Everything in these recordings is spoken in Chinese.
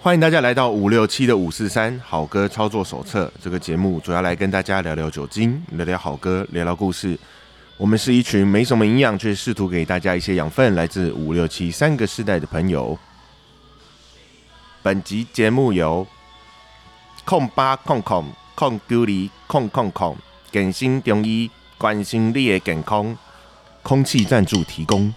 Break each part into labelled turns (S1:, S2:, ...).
S1: 欢迎大家来到五六七的五四三好歌操作手册这个节目，主要来跟大家聊聊酒精，聊聊好歌，聊聊故事。我们是一群没什么营养，却试图给大家一些养分，来自五六七三个世代的朋友。本集节目由控八控控控九零控控控健心中医关心你的健康，空气赞助提供。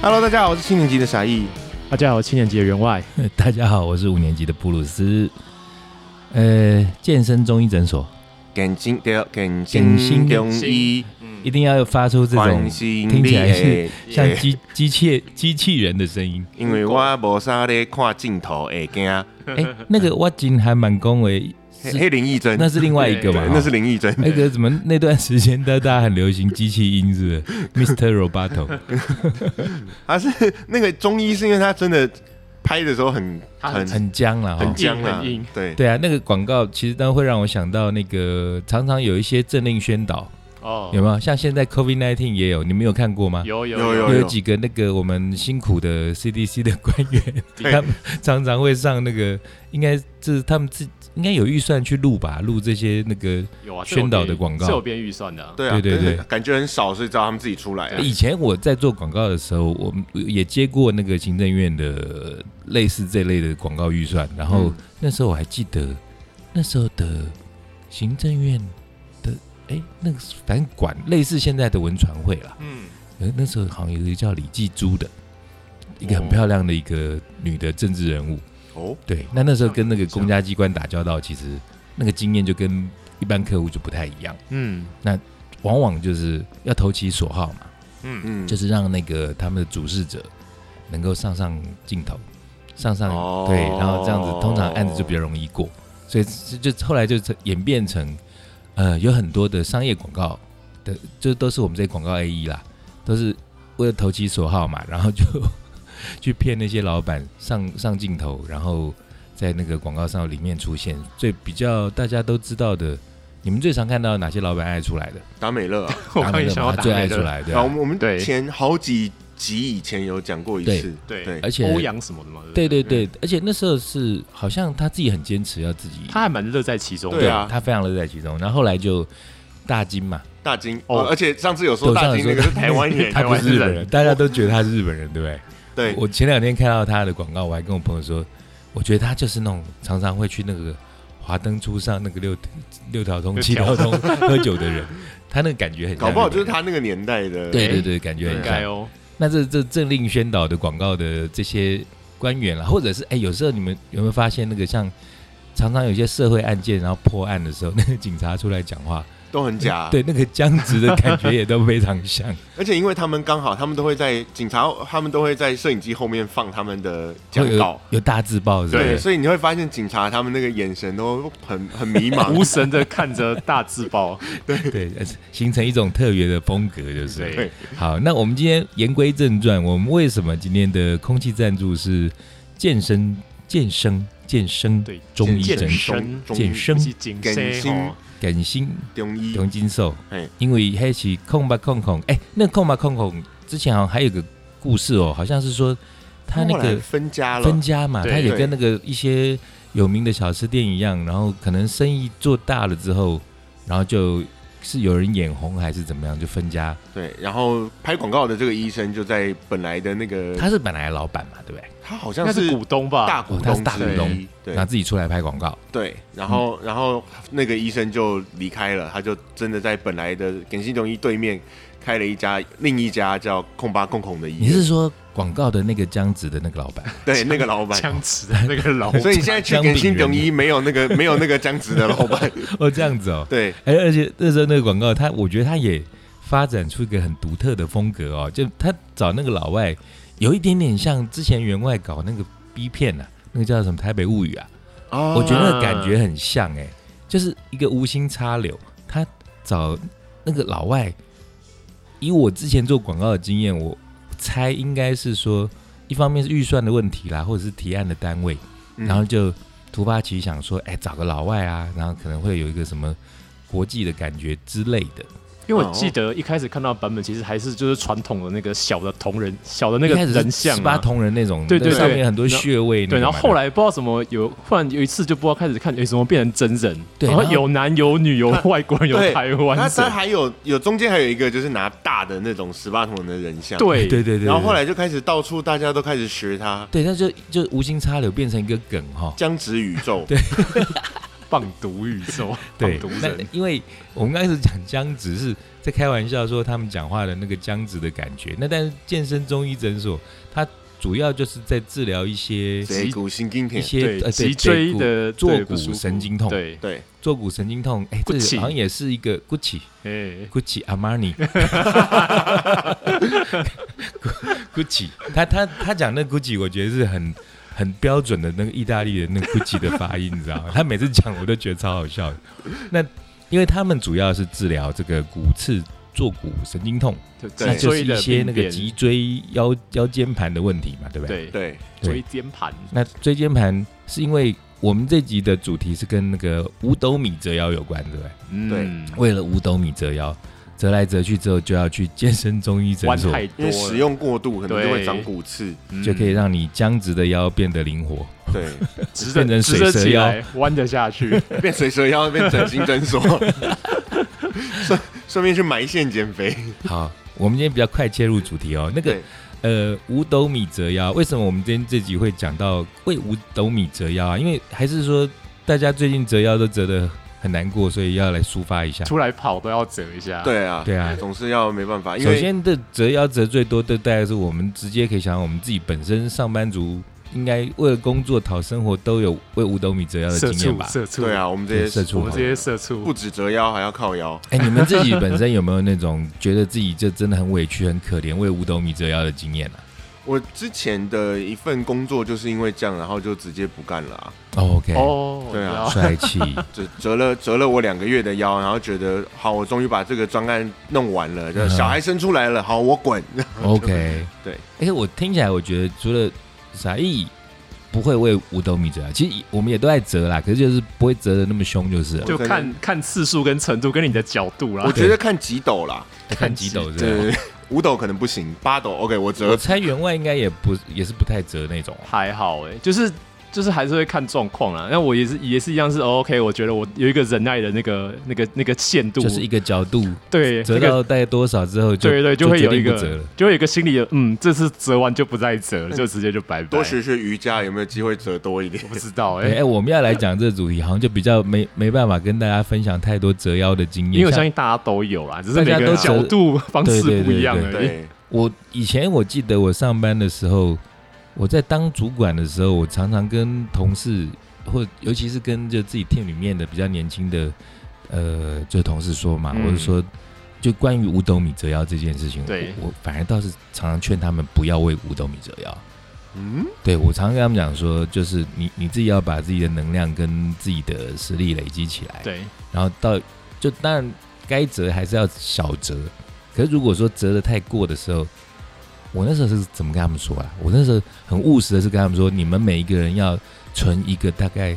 S1: Hello，大家好，我是七年级的傻义。
S2: 大家好，我七年级的员外，
S3: 大家好，我是五年级的布鲁斯。呃，健身中医诊所
S1: 健心对，健心
S3: 健心
S1: 中医
S3: 一定要发出这种
S1: 关心
S3: 听
S1: 你
S3: 起来是
S1: 的，
S3: 像机机械机器人的声音。
S1: 因为我无啥咧看镜头会惊，
S3: 哎、那个我今还蛮恭维，
S1: 嘿
S3: 是
S1: 嘿林义珍，
S3: 那是另外一个嘛
S1: 对，
S3: 哈
S1: 那是林义珍。
S3: 那个怎么那段时间大家很流行机器 音是不是 Mr. Roboto，
S1: 他啊是 那个中医，是因为他真的拍的时候很
S2: 他
S1: 很
S2: 很
S3: 很僵了
S1: 很
S3: 哈。
S1: 僵啊
S2: 很硬，
S1: 对，
S3: 对啊，那个广告其实当然会让我想到那个常常有一些政令宣导，
S2: 哦，
S3: 有没有？像现在 COVID 1 9也有，你们有看过吗？
S2: 有有
S1: 有有
S3: 有几个那个我们辛苦的 CDC 的官员，
S1: 对
S3: 他们常常会上那个，应该是他们自己应该有预算去录吧，录这些那个。
S2: 有啊，
S3: 宣导的广告
S2: 是有编预算的啊，
S1: 对啊，
S3: 对对
S1: 但是
S3: 对
S1: 感觉很少是找他们自己出来啊。
S3: 以前我在做广告的时候，我们也接过那个行政院的类似这类的广告预算，然后
S1: 嗯
S3: 那时候我还记得，那时候的行政院的哎，那个是反正管类似现在的文传会啦，
S2: 嗯，
S3: 呃，那时候好像有一个叫李继珠的，一个很
S1: 哦
S3: 漂亮的一个女的政治人物。
S1: 哦，
S3: 对，那那时候跟那个公家机关打交道，其实那个经验就跟一般客户就不太一样，
S2: 嗯
S3: 往往就是要投其所好嘛，
S2: 嗯
S1: 嗯，
S3: 就是让那个他们的主事者能够上上镜头，上上、
S1: 哦
S3: 对，然后这样子通常案子就比较容易过，所以就就后来就演变成，呃，有很多的商业广告的，就都是我们这些广告 A E 啦，都是为了投其所好嘛，然后就去骗那些老板上上镜头，然后在那个广告上里面出现，最比较大家都知道的。你们最常看到哪些老板爱出来的？
S1: 达美乐啊。
S2: 我
S3: 达
S2: 刚
S3: 美
S2: 也
S3: 乐
S2: 想要
S3: 嘛他
S2: 打
S3: 最爱
S2: 那
S3: 出
S2: 个，
S3: 来，对
S1: 啊，
S3: 啊
S1: 我，们我们
S2: 对
S1: 前好几集以前有讲过一次，
S2: 对
S1: 对
S3: 而且
S2: 欧阳什么的嘛，
S3: 对
S2: 不
S3: 对
S1: 嗯
S3: 对，而且那时候是好像他自己很坚持要自己，
S2: 他还蛮乐在其中的，
S1: 对啊
S3: 他非常乐在其中。然后后来就大金嘛，
S1: 大金
S2: 哦
S1: 哦，而且上次有说
S3: 对
S1: 大
S3: 我上次
S1: 金那个是
S3: 说
S1: 台湾人，
S3: 他
S1: 哎台
S3: 不
S1: 湾
S3: 是日本
S1: 人，
S3: 人，大家都觉得他是日本人，对不对？
S1: 对，
S3: 我前两天看到他的广告，我还跟我朋友说，我觉得他就是那种常常会去那个华灯初上那个六六条通、
S2: 六
S3: 七
S2: 条
S3: 条通 喝酒的人，他那个感觉很像
S1: 搞不好就是
S3: 日本人。
S1: 他哎那个年代的，
S3: 对对对，感觉
S2: 应
S3: 很
S2: 该
S3: 像。
S2: 哦，
S3: 那这这政令宣导的广告的这些官员啦，或者是哎、有时候你们有没有发现那个像常常有一些社会案件，然后破案的时候，那个警察出来讲话，
S1: 都很假，啊
S3: 对那个僵直的感觉也都非常像。
S1: 而且因为他们刚好，他们都会在警察，他们都会在摄影机后面放他们的讲
S3: 会有
S1: 稿，
S3: 有大字报是不
S1: 对，
S3: 是，
S1: 所以你会发现警察他们那个眼神都很很迷茫
S2: 无，神的看着大字报，
S3: 对，呃形成一种特别的风格，就是。
S2: 对，
S3: 好，那我们今天言归正传，我们为什么今天的空气赞助是健身、健身、健身？
S2: 对
S3: 中医
S2: 健
S3: 诊
S2: 身
S3: 所，
S1: 中中
S3: 健身
S2: 不是景
S1: 更
S2: 色
S1: 新
S2: 哦，
S3: 感心
S1: 中医
S3: 龙金寿
S1: 嘿，
S3: 因为黑起空吧空空，哎，那空吧空空之前好像还有个故事哦，好像是说他那
S1: 后来
S3: 个
S1: 分家了
S3: 分，家嘛，
S2: 对
S3: 他也
S1: 对
S3: 跟那个一些有名的小吃店一样，然后可能生意做大了之后，然后就是有人眼红还是怎么样就分家，
S1: 对，然后拍广告的这个医生就在本来的那个，
S3: 他是本来的老板嘛，对不对？
S1: 他好
S2: 应
S1: 像
S2: 该是股东吧？
S1: 大股
S3: 他
S1: 东
S3: 是大
S1: 之
S3: 股东嗯
S1: 一，对
S3: 然后自己出来拍广告，
S1: 对，然后然后那个医生就离开了，他就真的在本来的耿新中医对面开了一家另一家叫控八控孔的医
S3: 你是
S1: 院，
S3: 说广告的那个江直的那个老 板？
S1: 对那个老板。
S2: 僵持的那个 老板，
S1: 所以你现在去
S3: 姜饼
S1: 耿新中
S3: 人
S1: 医没有那个没有那个僵直的老 板，
S3: 哦，这样子哦，
S1: 对，
S3: 哎，而且那时候那个广告，他我觉得他也发展出一个很独特的风格哦，就他找那个老外，有一点点像之前员外搞那个 B 片呐、啊，那个叫什么《台北物语》啊，
S1: 哦
S3: 我觉得那个感觉很像哎、就是一个无心插柳，他找那个老外，以我之前做广告的经验，我猜应该是说，一方面是预算的问题啦，或者是提案的单位，
S1: 嗯
S3: 然后就突发奇想说，哎，找个老外啊，然后可能会有一个什么国际的感觉之类的，
S2: 因为我记得一开始看到版本，其实还是就是传统的那个小的铜人，小的那
S3: 那
S2: 个人像
S3: 十八
S2: 啊。
S3: 铜人那种，
S2: 对对
S3: 那
S2: 对
S3: 上面很多穴位那
S2: 对，
S3: 种嘛。
S2: 然后后来不知道什么有，忽然有一次就不知道开始看，哎，怎么变成真人？
S3: 对
S2: 然后
S3: 然后
S2: 有男有女，有外国人，有
S1: 对
S2: 台
S1: 他
S2: 湾
S1: 他
S2: 人，
S1: 还有有中间还有一个就是拿大的那种十八铜人的人像，
S2: 对
S3: 对对对，
S1: 然后后
S3: 来
S1: 来就开始到处大家都开始学他
S3: 对，那就就无心插柳变成一个梗哈。
S1: 僵直宇宙，
S3: 对
S2: 棒读宇宙，棒
S3: 对
S2: 读，
S3: 那
S2: 人，
S3: 因为我们刚开始讲僵直是在开玩笑说他们讲话的那个僵直的感觉，那但是健身中医诊所它主要就是在治疗一些
S1: 谁骨神经
S3: 一
S1: 片，
S3: 些呃对
S2: 脊椎
S3: 骨
S2: 的
S3: 坐
S2: 对不
S3: 骨
S2: 舒服
S3: 神经痛，
S2: 对，
S1: 对，
S3: 坐骨神经痛，哎，这个
S2: Gucci
S3: 好像也是一个 Gucci
S2: 哎，
S3: Gucci Armani Gucci，他他他讲那 Gucci，我觉得是很很标准的那个意大利的那个 Gucci 的发音，你知道吗？他每次讲我都觉得超好笑的。那因为他们主要是治疗这个骨刺、坐骨神经痛，
S2: 就
S1: 对
S3: 那
S2: 脊
S3: 就
S2: 椎
S3: 是一
S2: 的
S3: 些
S2: 病
S3: 那个
S2: 变
S3: 脊椎、腰腰间盘的问题嘛，对不对？
S2: 对
S1: 对，
S3: 对
S2: 椎间盘，
S3: 那椎间盘是因为我们这集的主题是跟那个五斗米折腰有关，对不对？
S2: 嗯，
S3: 为了五斗米折腰，折来折去之后就要去健身中医诊
S2: 弯
S3: 所，
S2: 太
S1: 因
S2: 多
S1: 为
S2: 了，
S1: 使用过度可能就会
S2: 对
S1: 长骨刺，
S2: 嗯
S3: 就可 以让你僵直的腰变得灵活。
S1: 对，
S2: 直
S3: 变
S2: 着
S3: 成
S2: 直
S3: 水
S2: 着
S3: 蛇
S2: 起
S3: 腰
S2: 来，弯得下去。
S1: 变水蛇腰变整形诊 所，顺顺便去埋线减肥，
S3: 好，我们今天比较快切入主题哦。那个
S1: 对
S3: 呃，五斗米折腰，为什么我们今天这集会讲到为五斗米折腰啊？因为还是说大家最近折腰都折得很难过，所以要来抒发一下。
S2: 出来跑都要折一下。，
S1: 对啊，
S3: 对啊
S1: 总是要没办法，因
S3: 首
S1: 为
S3: 先的折腰折最多的大概是我们直接可以想到我们自己本身上班族，应该为了工作讨生活都有为五斗米折腰的
S2: 社
S3: 呃经验
S2: 畜，
S3: 吧？
S2: 社畜，
S1: 对，啊，我们这
S3: 对社
S1: 些
S3: 畜
S2: 我们这些社
S1: 不
S2: 畜，
S1: 止折腰还要靠腰，
S3: 哎、你们自己本身有没有那种觉得自己就真的很委屈、很可怜，为五斗米折腰的经验啊
S1: 我之前的一份工作就是因为这样，然后就直接不干了、啊，
S3: 哦？OK，
S2: 哦，
S1: 对啊
S2: 我知道，
S3: 帅气，
S1: 折折了折了我两个月的腰，然后觉得好，我终于把这个专案弄完了，就
S3: 嗯
S1: 小孩生出来了，好，我滚。
S3: OK，
S1: 对
S3: 而且我听起来，我觉得除了傻义不会为五斗米折腰，其实我们也都在折啦，可是就是不会折的那么凶，就是了
S2: 就
S1: 我真的
S2: 看看次数跟程度跟你的角度啦
S1: 我。觉得看几斗啦，
S3: 看几斗
S1: 对
S3: 这
S1: 对
S3: 样。
S1: 对，五斗可能不行，八斗 OK，我
S3: 我
S1: 折。
S3: 猜员外应该也不也是不太折那种，啊
S2: 还好哎，就是就是还是会看状况啦。那我也是也是一样是哦 OK，我觉得我有一个忍耐的那个那个那个限度，
S3: 就是一个角度
S2: 对
S3: 折
S2: 那个
S3: 到大概多少之后就
S2: 对对，
S3: 就
S2: 会
S3: 决
S2: 有一
S3: 定不
S2: 个
S3: 折了。
S2: 就会有一个心理的，嗯，这次折完就不再折了，就直接就拜拜。
S1: 多学学瑜伽，有没有机会折多一点？
S2: 我不知道
S3: 对哎、
S2: 哎，
S3: 我们要来讲这个主题，好像就比较没没办法跟大家分享太多折腰的经验，
S2: 因为我
S3: 像
S2: 相信大家都有啦，只是每
S3: 啊大
S2: 个人
S3: 家都
S2: 角
S3: 折
S2: 度方式
S3: 对对
S2: 不一样而已。
S1: 对，
S3: 我以前我记得我上班的时候，我在当主管的时候，我常常跟同事，或尤其是跟就自己 team 里面的比较年轻的，呃，就同事说嘛，
S2: 嗯
S3: 我就说，就关于五斗米折腰这件事情，
S2: 对
S3: 我我反而倒是常常劝他们不要为五斗米折腰。
S1: 嗯，
S3: 对我常常跟他们讲说，就是你你自己要把自己的能量跟自己的实力累积起来，
S2: 对，
S3: 然后到就当然该折还是要小折，可是如果说折的太过的时候，我那时候是怎么跟他们说啊？我那时候很务实的是跟他们说，你们每一个人要存一个大概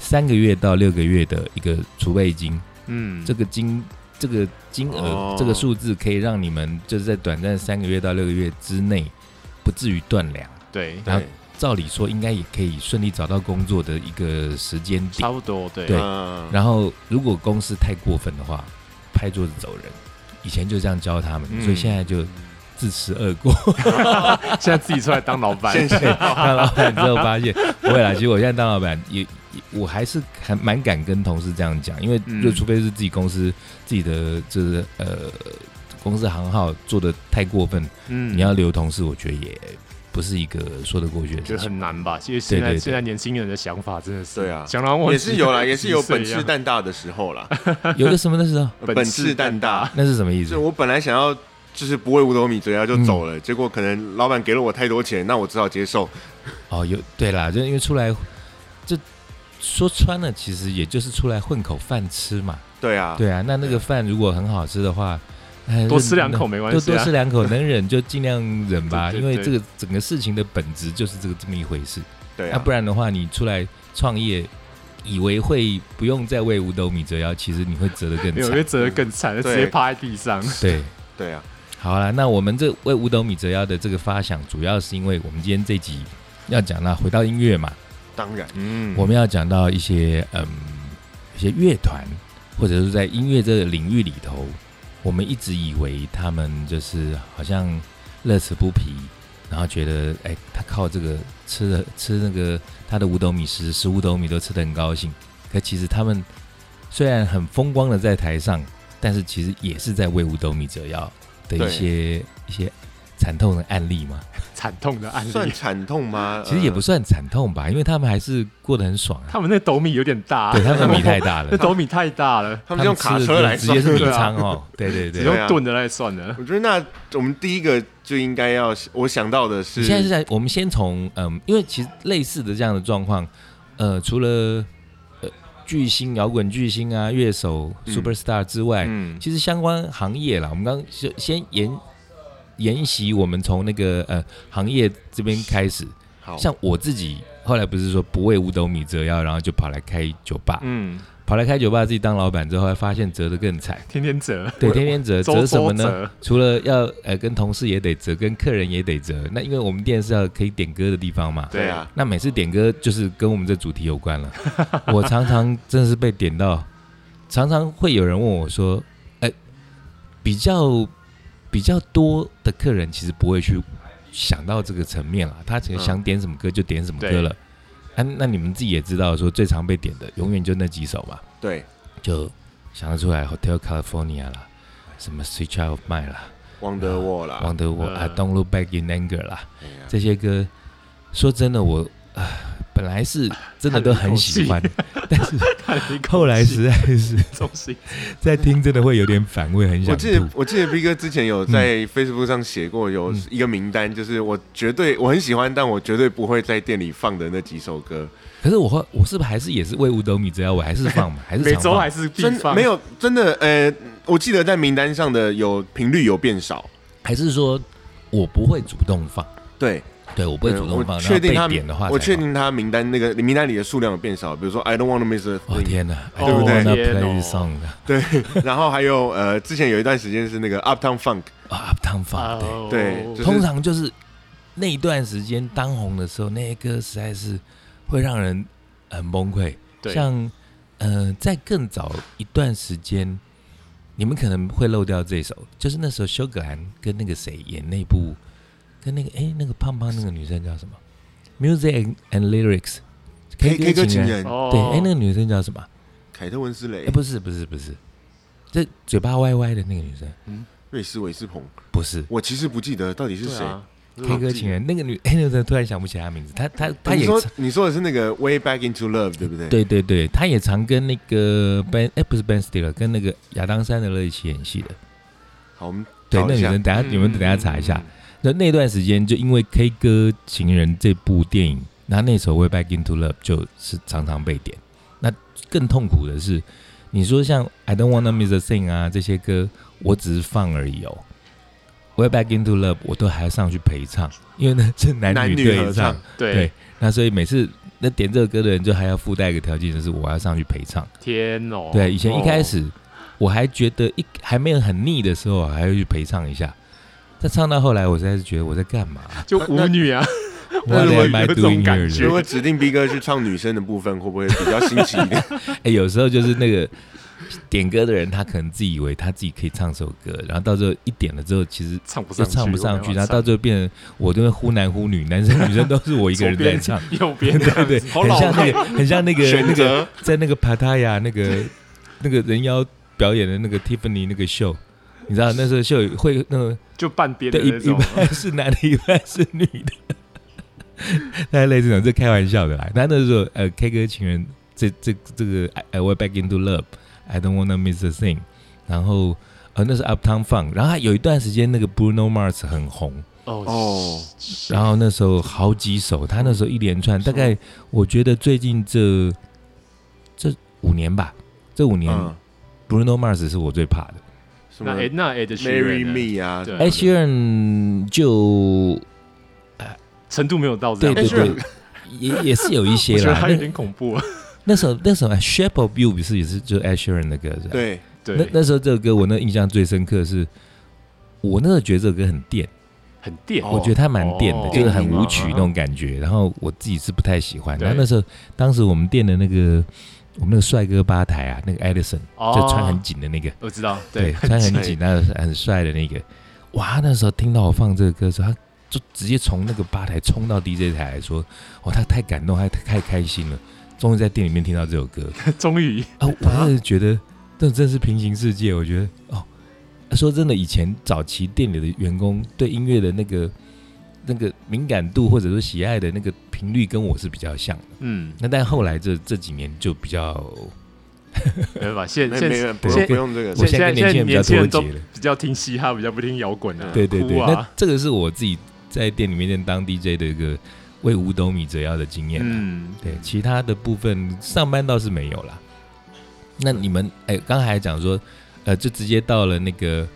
S3: 三个月到六个月的一个储备金，
S2: 嗯，
S3: 这个金这个金额、
S1: 哦
S3: 这个数字可以让你们就是在短暂三个月到六个月之内不至于断粮。
S2: 对，
S3: 然后
S1: 对，
S3: 照理说应该也可以顺利找到工作的一个时间点。
S2: 差不多，对，
S3: 对
S1: 嗯
S3: 然后如果公司太过分的话，拍桌子走人。以前就这样教他们，
S2: 嗯
S3: 所以现在就自食恶果。
S2: 现在自己出来当老板，
S1: 现
S3: 当老板之后发现，不会啦。其实我现在当老板也，也我还是还蛮敢跟同事这样讲，因为
S2: 嗯
S3: 就除非是自己公司自己的就是呃公司行号做的太过分，
S2: 嗯
S3: 你要留同事，我觉得也不是一个说得过去的
S2: 觉
S3: 事
S2: 得
S3: 情。
S2: 很难吧？因为现
S3: 对
S2: 在
S3: 对对
S2: 现在年轻人的想法真的是，
S1: 对啊
S2: 想让我
S1: 也是有啦， 也是有本
S2: 事
S1: 事蛋大的时候啦，
S3: 有个什么的时候，
S1: 本事蛋大。
S3: 那是什么意思嗯
S1: 就？我本来想要就是不为五斗米折腰就走了，结果可能老板给了我太多钱，那我只好接受。
S3: 哦，有对啦，就因为出来，这说穿了，其实也就是出来混口饭吃嘛。
S1: 对啊，
S3: 对啊，那那个饭如果很好吃的话，哎
S2: 多
S3: 就
S2: 吃两口没关
S3: 就
S2: 系
S3: 多
S2: 啊
S3: 吃。两口，能忍就尽量忍吧，
S2: 对
S3: 因
S2: 对
S3: 为这个整个事情的本质就是这个这么一回事。
S1: 对
S3: 那、
S1: 啊，
S3: 不然的话，你出来创业，以为会不用再为五斗米折腰，其实你会折得更
S2: 没有，因为
S3: 惨。
S2: 折得更惨，直
S1: 对
S2: 接趴在地上。
S3: 对，
S1: 对啊，
S3: 好啦，那我们这为五斗米折腰的这个发想，主要是因为我们今天这集要讲到回到音乐嘛，
S1: 当然，嗯，
S3: 我们要讲到一些嗯一些乐团，或者是在音乐这个领域里头，我们一直以为他们就是好像乐此不疲，然后觉得哎、他靠这个吃的吃那个他的五斗米食十五斗米都吃得很高兴，可其实他们虽然很风光的在台上，但是其实也是在为五斗米折腰的一
S1: 对
S3: 些一些惨痛的案例嘛，
S2: 惨痛的案
S1: 算
S2: 例。
S1: 惨痛吗？呃
S3: 其实也不
S1: 是，
S3: 算惨痛吧，因为他们还是过得很爽啊。
S2: 他们那斗米有点大，
S3: 对他们 米太大了，
S2: 那斗米太大了，
S1: 他们是用卡车来
S3: 直接
S1: 算
S3: 是米
S2: 对啊
S3: 仓哦，对对
S2: 只
S3: 对。
S1: 对啊
S2: 用炖的来算了。
S1: 我觉得那我们第一个就应该要，我想到的 是，
S3: 你现在是在我们先从嗯，因为其实类似的这样的状况，呃，除了呃巨星摇滚巨星啊、乐手
S1: 嗯
S3: super star 之外，
S1: 嗯，
S2: 哎
S3: 其实相关行业啦，我们刚刚先先沿沿袭我们从那个呃行业这边开始，
S1: 好，
S3: 像我自己后来不是说不为五斗米折腰，然后就跑来开酒吧，
S2: 嗯，
S3: 跑来开酒吧自己当老板之后，还发现折得更惨，
S2: 天天折，
S3: 对，天天折
S2: 周
S3: 折什
S2: 周
S3: 么呢？
S2: 折，
S3: 除了要呃跟同事也得折，跟客人也得折。那因为我们店是要可以点歌的地方嘛，
S1: 对啊，
S3: 那每次点歌就是跟我们这主题有关了。我常常真的是被点到，常常会有人问我说：“哎、比较比较多的客人其实不会去想到这个层面了，他只
S1: 嗯
S3: 想点什么歌就点什么歌
S2: 对
S3: 了。啊，那你们自己也知道，说最常被点的永远就那几首嘛，
S1: 对，
S3: 就想得出来 Hotel California 啦，什么 Switch Out of Mine 啦。
S1: 王德沃啦，
S3: 王德沃
S2: 呃
S3: 啊，Don't Look Back in Anger 啦，
S1: 嗯哎呀
S3: 这些歌，说真的，我啊本来是真的都很喜欢， 但是
S2: 看你口
S3: 后来
S2: 气
S3: 实在是
S2: 中心，
S3: 在听，真的会有点反胃，很
S1: 我
S3: 想
S1: 记得
S3: 吐。
S1: 我记得 B 哥之前有在 Facebook 上写过有
S3: 嗯
S1: 一个名单，就是我绝对我很喜欢，但我绝对不会在店里放的那几首歌，
S3: 可是我后我是不是还是也是为五斗米折腰，我还是放嘛，还是
S2: 每
S3: 常
S2: 周
S3: 放
S2: 还。是必
S1: 真
S2: 放，
S1: 没有真的呃，我记得在名单上的有频率有变少，
S3: 还是说我不会主动放，
S1: 对，
S3: 对我不会
S1: 呃
S3: 主
S1: 我
S3: 动放，然
S1: 确
S3: 后
S1: 定他
S3: 被点的话才
S1: 我确
S3: 放。
S1: 定他名单那个名单里的数量有变少，比如说 I don't want to miss a
S3: 哦
S1: thing，
S3: 天哪，
S2: 哦
S3: 对不
S1: Oh，
S3: 对
S2: 天哪
S3: ？Play this song
S1: 然后还有呃，之前有一段时间是那个 Uptown Funk，
S3: 啊，Uptown Funk，对。
S2: 哦
S1: 对就是
S3: 通常就是那一段时间当红的时候，那些歌实在是会让人很崩溃。
S2: 对
S3: 像呃，在更早一段时间，你们可能会漏掉这首，就是那时候休格兰跟那个谁演那部，跟那个哎、那个胖胖那个女生叫什么？Music and Lyrics。
S1: K K 歌
S3: 情
S1: 情人，
S2: 哦
S3: 对，哎、那个女生叫什么？
S1: 凯特温斯
S3: 哎、
S1: 雷，
S3: 不是，不是，不是，这嘴巴歪歪的那个女生，
S1: 瑞斯韦斯彭，
S3: 不是，
S1: 我其实不记得到底是
S2: 对
S1: 谁。
S2: 啊
S3: K 歌情人那个女，哎、那个突然想不起她名字，她她她
S1: 哦你
S3: 也
S1: 说
S3: 常
S1: 你说的是那个 Way Back into Love，对不对？
S3: 对对对，她也常跟那个 Ben 哎、不是 Ben Stiller，跟那个亚当·山德勒一起演戏的。
S1: 好，我们
S3: 对，
S1: 找
S3: 那
S1: 一
S3: 女
S1: 下
S3: 生等下
S2: 嗯
S3: 你们等下查一下
S1: 嗯。
S3: 那、那段时间就因为《K 歌情人》这部电影，那那首《Way Back Into Love》就是常常被点。那更痛苦的是，你说像《I Don't Wanna Miss a Thing》啊这些歌，我只是放而已哦。《Way Back Into Love》我都还要上去陪唱，因为那是男
S1: 男
S3: 女
S1: 女合
S3: 对
S1: 唱
S3: 唱。
S2: 对
S3: 对，那所以每次那点这个歌的人，就还要附带一个条件，就是我要上去陪唱。
S2: 天哦，
S3: 对，以前一开始、我还觉得一还没有很腻的时候，还要去陪唱一下。但唱到后来，我实在是觉得我在干 嘛？
S2: 就舞女啊，
S1: 那如果
S3: What am I
S2: 有这种
S3: doing
S2: 感
S3: here？
S1: 如果指定 B 哥去唱女生的部分，会不会比较新奇 一点？
S3: 哎，有时候就是那个点歌的人，他可能自以为他自己可以唱首歌，然后到最后一点了之后，其实
S2: 唱不
S3: 又
S2: 上去，
S3: 唱不上去，然后到
S2: 到
S3: 最后变成我这边忽男忽女，男生女生都是我一个人在 唱。
S2: 右边
S3: 对
S2: 这样
S3: 对
S2: 子
S3: 对，
S2: 啊好
S3: 很
S2: 老
S3: 像
S2: 派
S3: 那个，很像那个那
S1: 选
S3: 个
S1: 择
S3: 在那个帕塔亚那个那个人妖表演的那个 Tiffany 那个秀，你知道那时候秀会那个
S2: 就半边的
S3: 对一
S2: 那
S3: 一
S2: 种，
S3: 半是男的，一半是女的， 大概类似这种，这开玩笑的啦。那那时候呃，K 歌情人这这这个 I I will back into love，I don't wanna miss a thing，然后呃那是 Uptown Funk，然后还有一段时间那个 Bruno Mars 很红。
S1: 哦
S2: 哦，
S3: 然后那时候好几首，他那时候一连串，大概我觉得最近这这五年吧，这五年、
S1: 嗯，
S3: Bruno Mars 是我最怕的。
S1: 什么
S2: 那 Ed- 那 Ed
S1: Marry
S2: Sheeran 呢
S1: Me 啊，
S2: 对
S3: Ed Sheeran 就
S2: 程度没有到这
S3: 对
S2: 样，
S3: 对
S1: ，Ed
S3: 对，也也是有一 些
S2: 我觉得
S3: 啦。
S2: 他有
S3: 那
S2: 点恐怖，啊
S3: 那时候那时候《Shape of You》不是也是就是 Ed Sheeran 的歌是吧？
S1: 对，
S2: 对，
S3: 那那时候这首歌我那印象最深刻是，我那时候觉得这首歌很电，
S2: 很电，
S1: 哦
S3: 我觉得它蛮电的，
S2: 哦
S3: 就是很舞曲
S2: 电影啊
S3: 那种感觉。然后我自己是不太喜欢。
S2: 对
S3: 然后那时候当时我们店的那个我们那个帅哥吧台啊，那个 Edison
S2: 哦
S3: 就穿很紧的那个，
S2: 我知道，对，
S3: 对，穿很
S1: 紧
S3: 紧，然后很帅的那个。哇，那时候听到我放这个歌的时候，他就直接从那个吧台冲到 DJ 台来说，哇，他太感动，他太开心了，终于在店里面听到这首歌。
S2: 终于
S3: 啊，我真的觉得这真是平行世界。我觉得哦，说真的，以前早期店里的员工对音乐的那个那个敏感度或者说喜爱的那个频率跟我是比较像的。
S2: 嗯，
S3: 那但后来这这几年就比较，
S2: 没办法，现
S1: 没
S2: 现
S1: 没不
S2: 现
S1: 用不用这个
S3: 我
S2: 现，
S3: 现在跟
S2: 现在
S3: 年轻人比较
S2: 年轻人
S3: 脱
S2: 都
S3: 节了。
S2: 比较听嘻哈，比较不听摇滚啊，
S3: 对对对，
S2: 哭
S3: 那
S2: 啊，
S3: 这个是我自己在店里面当 DJ 的一个为五斗米折腰的经验啊、
S2: 嗯，
S3: 对，其他的部分上班倒是没有啦。那你们哎，刚才还讲说，呃，就直接到了那个，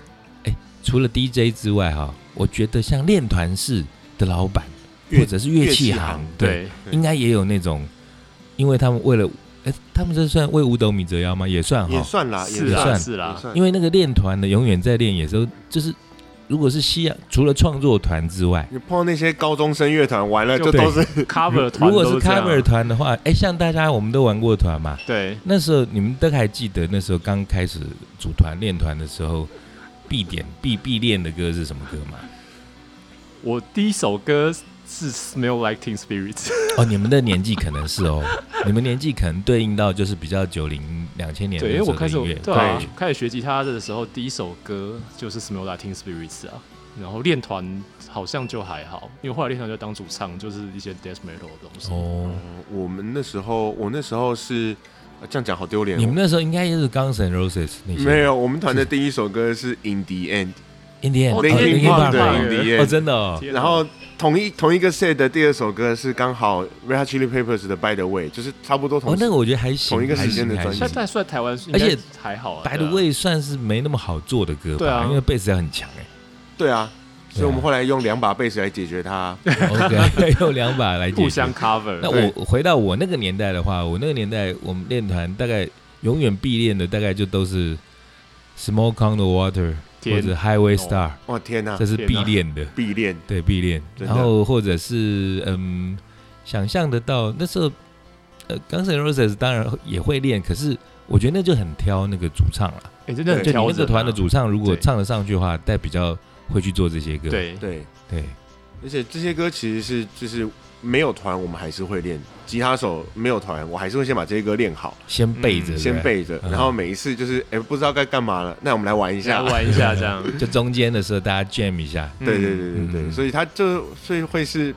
S3: 哎，除了 DJ 之外哈、我觉得像练团式的老板
S1: 乐
S3: 或者是乐器
S1: 乐器行
S3: 对，
S2: 对，
S1: 对
S3: 应该也有那种，因为他们为了，哎，他们这算为五斗米折腰吗？也算哈、
S1: 也算啦，
S3: 啊
S2: 是
S1: 也
S2: 啦
S1: 算
S2: 是啦
S1: 也算
S3: 因为那个练团的永远在练，也是就是，如果是西洋，除了创作团之外，
S1: 你碰到那些高中生乐团，完了
S2: 就
S1: 就都是
S2: cover 团
S3: 如果
S2: 都
S3: 是
S2: 这样
S3: cover 团的话，哎，像大家我们都玩过团嘛，
S2: 对，
S3: 那时候你们都还记得，那时候刚开始组团练团的时候，必点必必练的歌是什么歌吗？
S2: 我第一首歌是 Smell Like Teen Spirit，
S3: 哦，你们的年纪可能是哦， 你们年纪可能对应到就是比较九零两千年
S2: 对，因
S3: 那
S2: 为
S3: 时
S2: 我
S3: 候
S2: 开
S3: 的
S2: 始
S3: 音乐，
S2: 对啊
S1: 对，
S2: 开始学吉他的时候，第一首歌就是 Smell Like Teen Spirit 啊，然后练团好像就还好，因为后来练团就当主唱，就是一些 death metal 的东西，
S3: 哦，
S1: 我们那时候，我那时候是呃这样讲好丢脸哦。
S3: 你们那时候应该也是 Guns N' Roses 那些，
S1: 没有？我们团的第一首歌是《In the End
S3: In the End，
S2: 哦
S3: 哦
S1: Linkin
S3: ，Linkin
S1: Park 的
S3: Park
S1: In the
S3: 哦，
S1: End》，
S3: 真的哦，
S2: 天哪啊
S1: 然后同一同一个 set 的第二首歌是刚好 Red Hot Chili Peppers 的《By the Way》，就是差不多同
S3: 哦，那
S1: 时。
S3: 个我觉得还行，
S1: 同一个时间的
S3: 还行
S1: 专
S2: 现
S1: 辑
S2: 在算台湾，
S3: 而且
S2: 还好啊。
S3: By
S2: 对
S3: the
S2: 啊
S3: way 算是没那么好做的歌
S2: 对
S3: 吧，
S2: 啊
S3: 因为贝斯要很强哎。
S1: 对啊，所以我们
S3: 对啊
S1: 后来用两把贝斯来解决 它。
S3: OK，用两把来解决
S2: 互相 cover，
S3: 那
S1: 对
S3: 我回到我那个年代的话，我那个年代我们练团大概永远必练的大概就都是 Smoke on the Water 或
S2: 天
S3: 者 Highway
S2: 哦
S3: Star，、
S1: 哇天哪
S3: 这，是
S2: 天
S3: 必
S2: 哪
S3: 练的，
S1: 必练！
S3: 对必练。
S1: 真的
S3: 然后或者是嗯，想象得到那时候，呃，Guns N' Roses 当然也会练，可是我觉得那就很挑那个主唱了。
S2: 哎，真的很
S1: 对
S3: 就你
S2: 调
S3: 那个
S2: 整
S3: 团的
S2: 啊
S3: 主唱如果
S2: 对
S3: 唱得上去的话，但比较会去做这些歌。
S2: 对
S1: 对，
S3: 对，
S1: 而且这些歌其实是就是没有团，我们还是会练；吉他手没有团，我还是会先把这些歌练好，
S3: 先背着，
S2: 嗯
S1: 先
S3: 对不对。
S1: 背着。
S3: 嗯
S1: 然后每一次就是哎不知道该干嘛了，那我们来玩一
S2: 来
S1: 下。
S2: 玩一下这样。
S3: 就中间的时候大家 jam 一下，
S1: 对对
S2: 嗯
S1: 对对对，
S3: 嗯
S1: 所以他就所以会是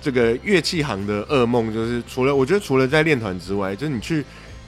S1: 这个乐器行的噩梦，就是除了我觉得除了在练团之外，就是你去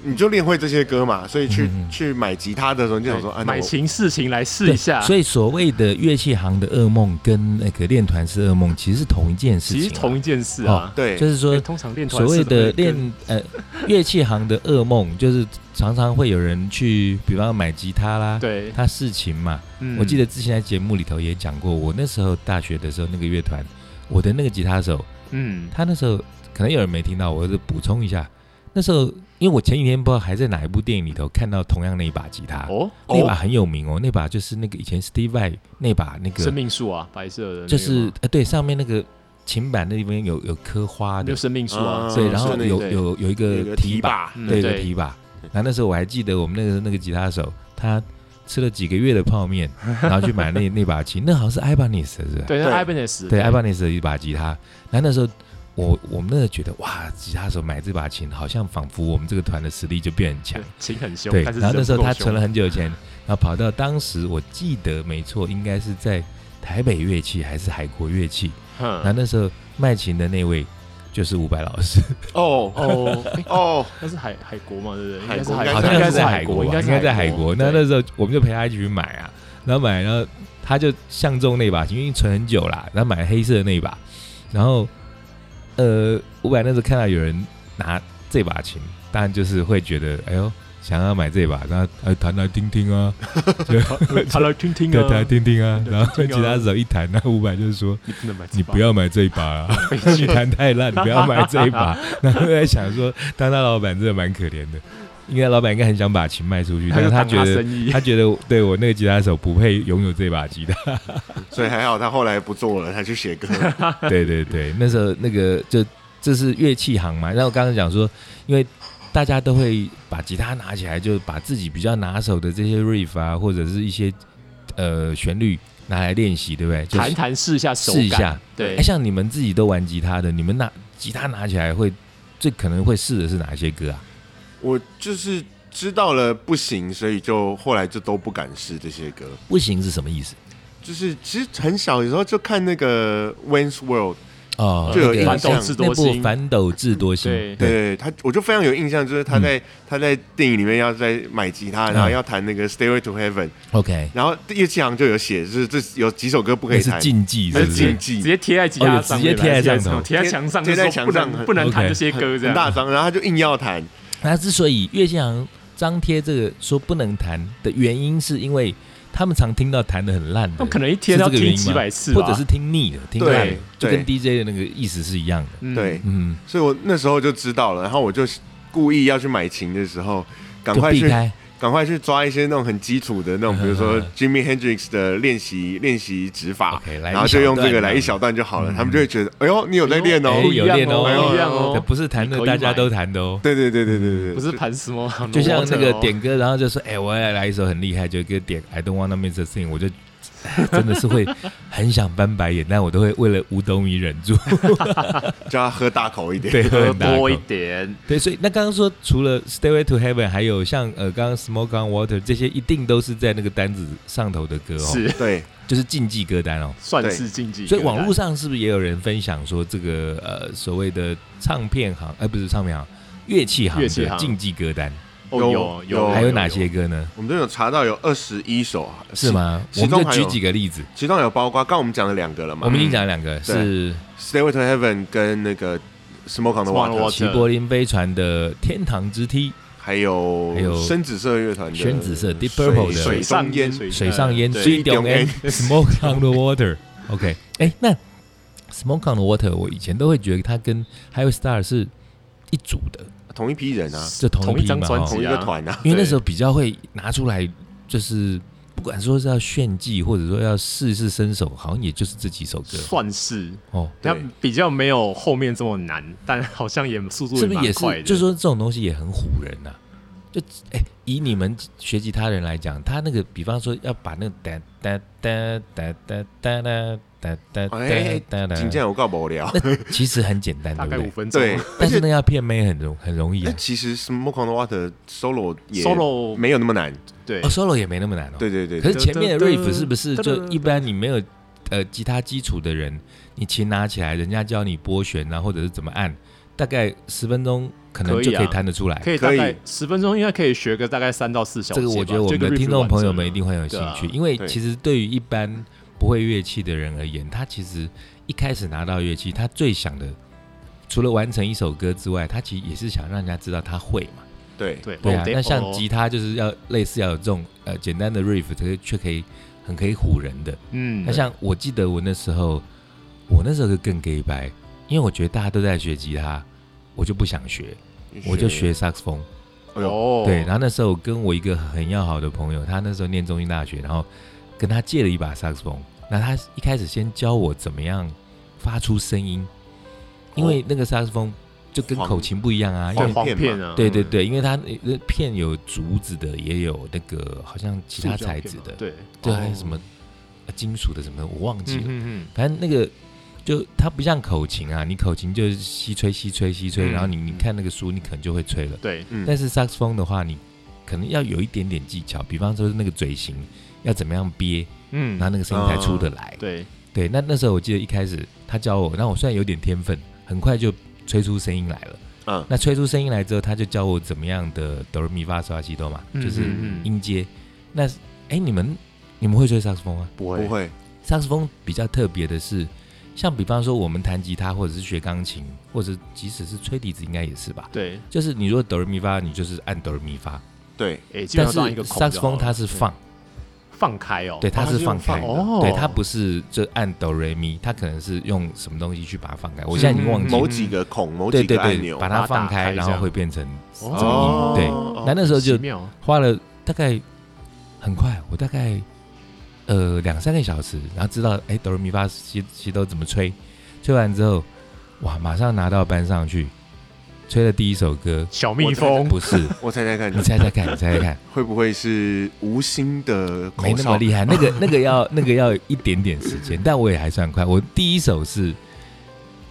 S1: 你就练会这些歌嘛，所以去、
S3: 嗯嗯
S1: 去买吉他的时候你就想说，啊，那
S2: 买
S1: 我
S2: 琴事情来试
S3: 对，
S2: 一下，
S3: 所以所谓的乐器行的噩梦跟那个练团式噩梦其实是同一件事
S2: 其
S3: 情
S2: 实
S3: 啊、
S2: 同一件事啊。
S1: 对，
S3: 就是
S2: 对，
S3: 说
S2: 通常练团
S3: 所谓
S2: 是
S3: 的
S2: 会跟
S3: 练呃乐器行的噩梦，就是常常会有人去，比方买吉他啦，
S2: 对，
S3: 他试琴嘛。
S2: 嗯
S3: 我记得之前在节目里头也讲过，我那时候大学的时候那个乐团，我的那个吉他手，
S2: 嗯，
S3: 他那时候可能有人没听到，我就补充一下，那时候因为我前几天不知道还在哪一部电影里头看到同样那一把吉他，
S2: 哦
S3: 那把
S2: 哦，
S3: 很有名哦，那把就是那个以前 Steve Vai 那把那
S2: 生
S3: 个，
S2: 命树啊，白色的那个吗，
S3: 就是呃对，上面那个琴板那地方有有刻花
S2: 就
S3: 的，
S2: 生命树啊
S1: 嗯，
S3: 对，
S1: 是
S3: 然后
S1: 那
S3: 有
S2: 对
S3: 有有一
S1: 有一
S3: 个
S1: 个
S3: 提
S1: 提
S3: 把，
S1: 把，
S2: 嗯
S3: 对，有个
S2: 对
S3: 提把。然后那时候我还记得我们那个那个吉他手，他吃了几个月的泡面，然后去买那那把琴，那好像是 Ibanez 是吧？
S2: 对，那
S1: 对
S2: Ibanez，
S3: 对，Ibanez 的一把吉他。然后那时候我我们那时候觉得哇，吉他手买这把琴，好像仿佛我们这个团的实力就变很强
S2: 对。琴很凶，
S3: 对，
S2: 但是
S3: 然后那时候他存
S2: 成
S3: 了很久的钱，然后跑到当时我记得没错，应该是在台北乐器还是海国乐器，然后
S2: 了
S3: 那时候卖琴的那位就是伍佰老师，
S1: 哦
S2: 哦，哎
S1: 哦，
S2: 那是海海国嘛，对不对？应
S1: 海
S2: 该是
S1: 国
S2: 海，
S1: 应该
S3: 好像
S1: 应
S2: 该
S1: 是
S2: 是
S3: 在
S2: 海
S3: 海国
S2: 应
S3: 吧，
S2: 该
S3: 应该在海国。那那
S2: 是
S3: 时候我们就陪他一起去买啊，然后买，然后他就相中那把琴，因为存很久啦，然后买黑色的那一把，然后呃，伍佰那时候看到有人拿这把琴，当然就是会觉得哎呦，想要买这把，然后呃弹来听听啊，
S2: 他来听听
S3: 弹来
S2: 啊，
S3: 听听啊，
S2: 对
S3: 然后
S2: 听听啊
S3: 吉他手一弹，那伍佰就说
S2: 你不能买这把，
S3: 你不要买这一把啊。
S2: 被
S3: 你
S2: 拒
S3: 弹太烂，你不要买这 一把。然后我在想说，当他老板真的蛮可怜的，应该老板应该很想把琴卖出去，但
S2: 就是
S3: 他
S2: 当
S3: 觉得
S2: 生意
S3: 他觉得对我那个吉他手不配拥有这把 吉他。
S1: 所以还好他后来不做了，他去写歌。
S3: 对对对，那时候那个就这是乐器行嘛。那我刚刚讲说，因为大家都会把吉他拿起来，就把自己比较拿手的这些 riff 啊，或者是一些呃旋律拿来练习，对不对？就
S2: 弹弹试一下手
S3: 试一
S2: 感，
S3: 下。
S2: 对
S3: 哎，，像你们自己都玩吉他的，你们拿吉他拿起来会最可能会试的是哪些歌啊？
S1: 我就是知道了不行，所以就后来就都不敢试这些歌。
S3: 不行是什么意思？
S1: 就是其实很小的时候就看那个《Wayne's World
S3: 哦
S1: 就有
S3: 那个
S1: 印
S2: 反
S1: 象
S2: 斗智
S3: 那
S2: 多
S3: 部
S2: 星
S3: 《反斗智多星》
S2: 对》
S1: 对，他，我就非常有印象，就是他在、他在电影里面要在买吉他，然后
S3: 嗯
S1: 要弹那个《Stairway to Heaven》，
S3: ，OK，
S1: 然后乐器行就有写，就是这有几首歌不可
S3: 那
S1: 以
S3: 是
S1: 弹，
S3: 禁忌，是不
S1: 那是禁
S3: 是
S1: 忌？
S2: 直接贴在吉他上面，
S3: 哦直接贴在上头
S2: 贴在墙上，
S1: 贴贴在
S2: 就是说
S1: 墙
S2: 不
S1: 上
S2: 能
S1: 很
S2: 不能弹
S3: OK
S2: 这些歌
S1: 很
S2: 这
S1: 很。
S2: 样
S1: 大张，然后他就硬要弹，
S3: 那之所以岳建行张贴这个说不能弹的原因，是因为他们常听到弹的很烂
S2: 他
S3: 的
S2: 们，可能一天
S3: 是
S2: 要
S3: 这个原
S2: 听
S3: 因
S2: 几
S3: 吗
S2: 百次吧，
S3: 或者是听腻了，听烂了
S1: 对，
S3: 就跟
S1: 对
S3: DJ 的那个意思是一样的。
S2: 嗯
S1: 对，
S3: 嗯，
S1: 所以我那时候就知道了，然后我就故意要去买琴的时候，赶
S3: 就
S1: 快
S3: 避
S1: 去
S3: 开。
S1: 赶快去抓一些那种很基础的那种，比如说
S3: 嗯
S1: Jimmy Hendrix 的练习练习指法
S3: OK，来
S1: 啊
S3: 一
S1: 然后就用这个
S3: 小段
S1: 来
S3: 嗯
S1: 一小段就好了，他们就会觉得，哎呦，你有在练哦
S3: 哎，
S2: 不一
S3: 有
S2: 样
S3: 练哦
S2: 不一样哦
S3: 这，不是弹
S2: 你
S3: 的
S2: 可以
S3: 大家
S2: 买
S3: 都弹的哦。
S1: 对对对对对对，
S2: 不是盘什么，
S3: 就像那个
S2: Underwater 哦
S3: 点歌，然后就说：“哎、我要来一首很厉害，就一个点 I don't wanna miss a thing。”我就 真的是会很想翻白眼，但我都会为了五斗米忍住，
S1: 叫他喝大口一点。
S3: 对，
S2: 喝
S3: 很大口
S2: 多一点，
S3: 对，所以那刚刚说，除了《Stairway to Heaven》，还有像呃，刚刚《Smoke on Water》这些，一定都是在那个单子上头的歌哦，
S2: 是
S1: 对，
S3: 就是禁忌歌单哦。
S2: 算是禁忌。
S3: 所以网络上是不是也有人分享说，这个呃所谓的唱片行，呃不是唱片行，乐器行
S2: 乐器
S3: 的
S2: 行
S3: 禁忌歌单，
S2: 哦有
S1: 有
S3: 还有哪些？歌呢？
S1: 我们都有查到有二十一首，
S3: 是？吗？
S1: 其
S3: 我们
S1: 中
S3: 就
S1: 还
S3: 举
S1: 有
S3: 几个例子。
S1: 其中有包括刚我们讲了两个了嘛，
S3: 我们已经讲了两个，
S1: 对
S3: 是
S1: Stairway to Heaven 跟那个 Smoke on the
S2: Smoke on the
S1: Water，
S2: Water
S3: 齐柏林飞船的《天堂之梯
S1: 还有
S3: 还有
S1: 深紫色乐团的
S3: 深紫色 Deep
S1: 水
S3: Purple
S1: 水
S3: 的
S2: 水
S1: 上
S2: 上
S1: 烟
S2: 烟，》，
S3: 水上烟、
S2: 对
S3: 水中烟、
S1: 水
S3: Smoke on the Water。OK，哎，那 Smoke on the Water，我以前都会觉得它跟 Highway Star 是一组的，
S1: 同一批人啊，
S3: 就同
S2: 同一
S3: 批
S2: 张
S3: 嘛，
S2: 专
S3: 哦
S2: 辑
S1: 同一个团啊，
S3: 因为那
S2: 对
S3: 时候比较会拿出来，就是不管说是要炫技，或者说要试试身手，好像也就是这几首歌
S2: 算是，
S3: 哦。
S2: 它
S1: 对
S2: 比较没有后面这么难，但好像也速度
S3: 是不是
S2: 蛮
S3: 也
S2: 快
S3: 是？
S2: 的。
S3: 就是说这种东西也很唬人呐、就哎、以你们学吉他人来讲，他那个，比方说要把那个哒哒哒哒哒哒哒哒哒
S1: 哎
S3: 哒哒
S1: 今
S3: 哒，
S1: 天我告无聊。
S3: 那其实很简单，
S2: 大
S3: 对
S2: 概
S3: 不
S2: 五
S3: 对？
S2: 分钟
S1: 对，而
S3: 但
S1: 且
S3: 是那要骗妹很容很容易
S1: 哎
S3: 啊。
S1: 其实 Smoke on the Water solo 也
S2: ，solo
S1: 没有那么难，
S2: 对
S3: 哦，solo 也没那么难哦。
S1: 对对对，
S3: 可是前面的
S2: 噔噔
S3: riff 是不是
S2: 噔
S3: 就
S2: 噔
S3: 一般你没有呃吉他基础的人，你琴拿起来，人家教你拨弦啊，或者是怎么按，大概十分钟可能
S2: 可以
S3: 就可以
S2: 啊
S3: 弹得出来。
S2: 可以
S1: 可
S2: 大
S1: 以
S2: 概十分钟，应该可以学个大概三到四小时
S3: 这
S2: 吧。
S3: 个我觉得我们
S2: 就一个
S3: 的
S2: riff
S3: 听众朋友
S2: 完
S3: 们一
S2: 成
S3: 定会很有兴趣，
S2: 对啊
S3: 因为
S1: 对
S3: 其实对于一般不会乐器的人而言，他其实一开始拿到乐器，他最想的除了完成一首歌之外，他其实也是想让人家知道他会嘛。
S1: 对
S2: 对
S3: 对
S2: 哦
S3: 啊，
S2: 对
S3: 那
S2: 哦
S3: 像吉他就是要类似要有这种呃简单的 riff，这个却可以很可以唬人的。
S2: 嗯，
S3: 那像我记得我那时候，我那时候就更 gay 白，因为我觉得大家都在学吉他，我就不想学，我就学，萨克斯风。
S1: 哎呦
S2: 哦，
S3: 对，然后那时候我跟我一个很要好的朋友，他那时候念中兴大学，然后跟他借了一把萨克斯风。那他一开始先教我怎么样发出声音，因为那个萨克斯风就跟
S1: 黄
S3: 口琴不一样啊，因
S2: 对
S3: 为
S2: 黄
S1: 片嘛
S2: 片啊，
S3: 对对
S1: 嗯
S3: 对，因为它呃片有竹子的，也有那个好像其他材质的，
S2: 对，
S3: 对，还有
S1: 哦
S3: 什么呃金属的什么的，我忘记
S2: 嗯
S3: 了。
S2: 嗯
S3: 反正那个就它不像口琴啊，你口琴就是吸吹吸吹吸吹，
S2: 嗯
S3: 然后你你
S2: 嗯
S3: 看那个书，你可能就会吹了。
S2: 对，
S1: 嗯
S3: 但是萨克斯风的话，你可能要有一点点技巧，比方说是那个嘴型要怎么样憋，
S2: 嗯啊
S3: 然后那个声音才出得来。
S2: 对，
S3: 对，那那时候我记得一开始他教我，那我虽然有点天分，很快就吹出声音来了。
S1: 嗯
S3: 那吹出声音来之后，他就教我怎么样的哆来咪发嗦拉西哆嘛，
S2: 嗯
S3: 就是
S2: 嗯嗯
S3: 音阶。那哎，你们你们会吹萨克斯风吗？
S2: 不
S1: 不
S2: 会
S1: 会，
S3: 萨克斯风比较特别的是，像比方说我们弹吉他或者是学钢琴，或者即使是吹笛子，应该也是吧。
S2: 对，
S3: 就是你如果哆来咪发，你就是按哆来咪发。
S1: 对，
S2: 诶，哎基本上
S3: 但是
S2: 当一个孔就好
S3: 萨
S2: 了
S3: 克斯风它是放，
S2: 放开哦，
S3: 对，
S1: 它
S3: 它是
S1: 是
S3: 放
S1: 用
S3: 开
S1: 放
S3: 的，
S1: 的
S2: 哦，
S3: 对，它不是就按哆瑞咪，它可能是用什么东西去把它放开。我现在已经忘记
S1: 某
S3: 了，
S1: 几个孔、某
S3: 对
S1: 几
S3: 对
S1: 个按
S3: 对，
S1: 钮
S3: 把。
S2: 把
S3: 它
S2: 它
S3: 放
S2: 打开
S3: 开，
S2: 这
S3: 然后
S2: 样
S3: 会变成这
S2: 哦
S3: 个音。对，
S1: 哦
S3: 那那时候就
S2: 奇妙
S3: 花了大概很快，我大概呃两三个小时，然后知道哎哆来咪发西西哆怎么吹，吹完之后，哇，马上拿到班上去，吹了第一首歌，
S2: 小蜜蜂
S3: 不是，
S1: 我猜猜看，
S3: 你猜猜看，你猜猜看，
S1: 会不会是无心的口
S3: 没那么
S1: 哨？
S3: 厉害，那个 那个要那个要一点点时间，但我也还算快，我第一首是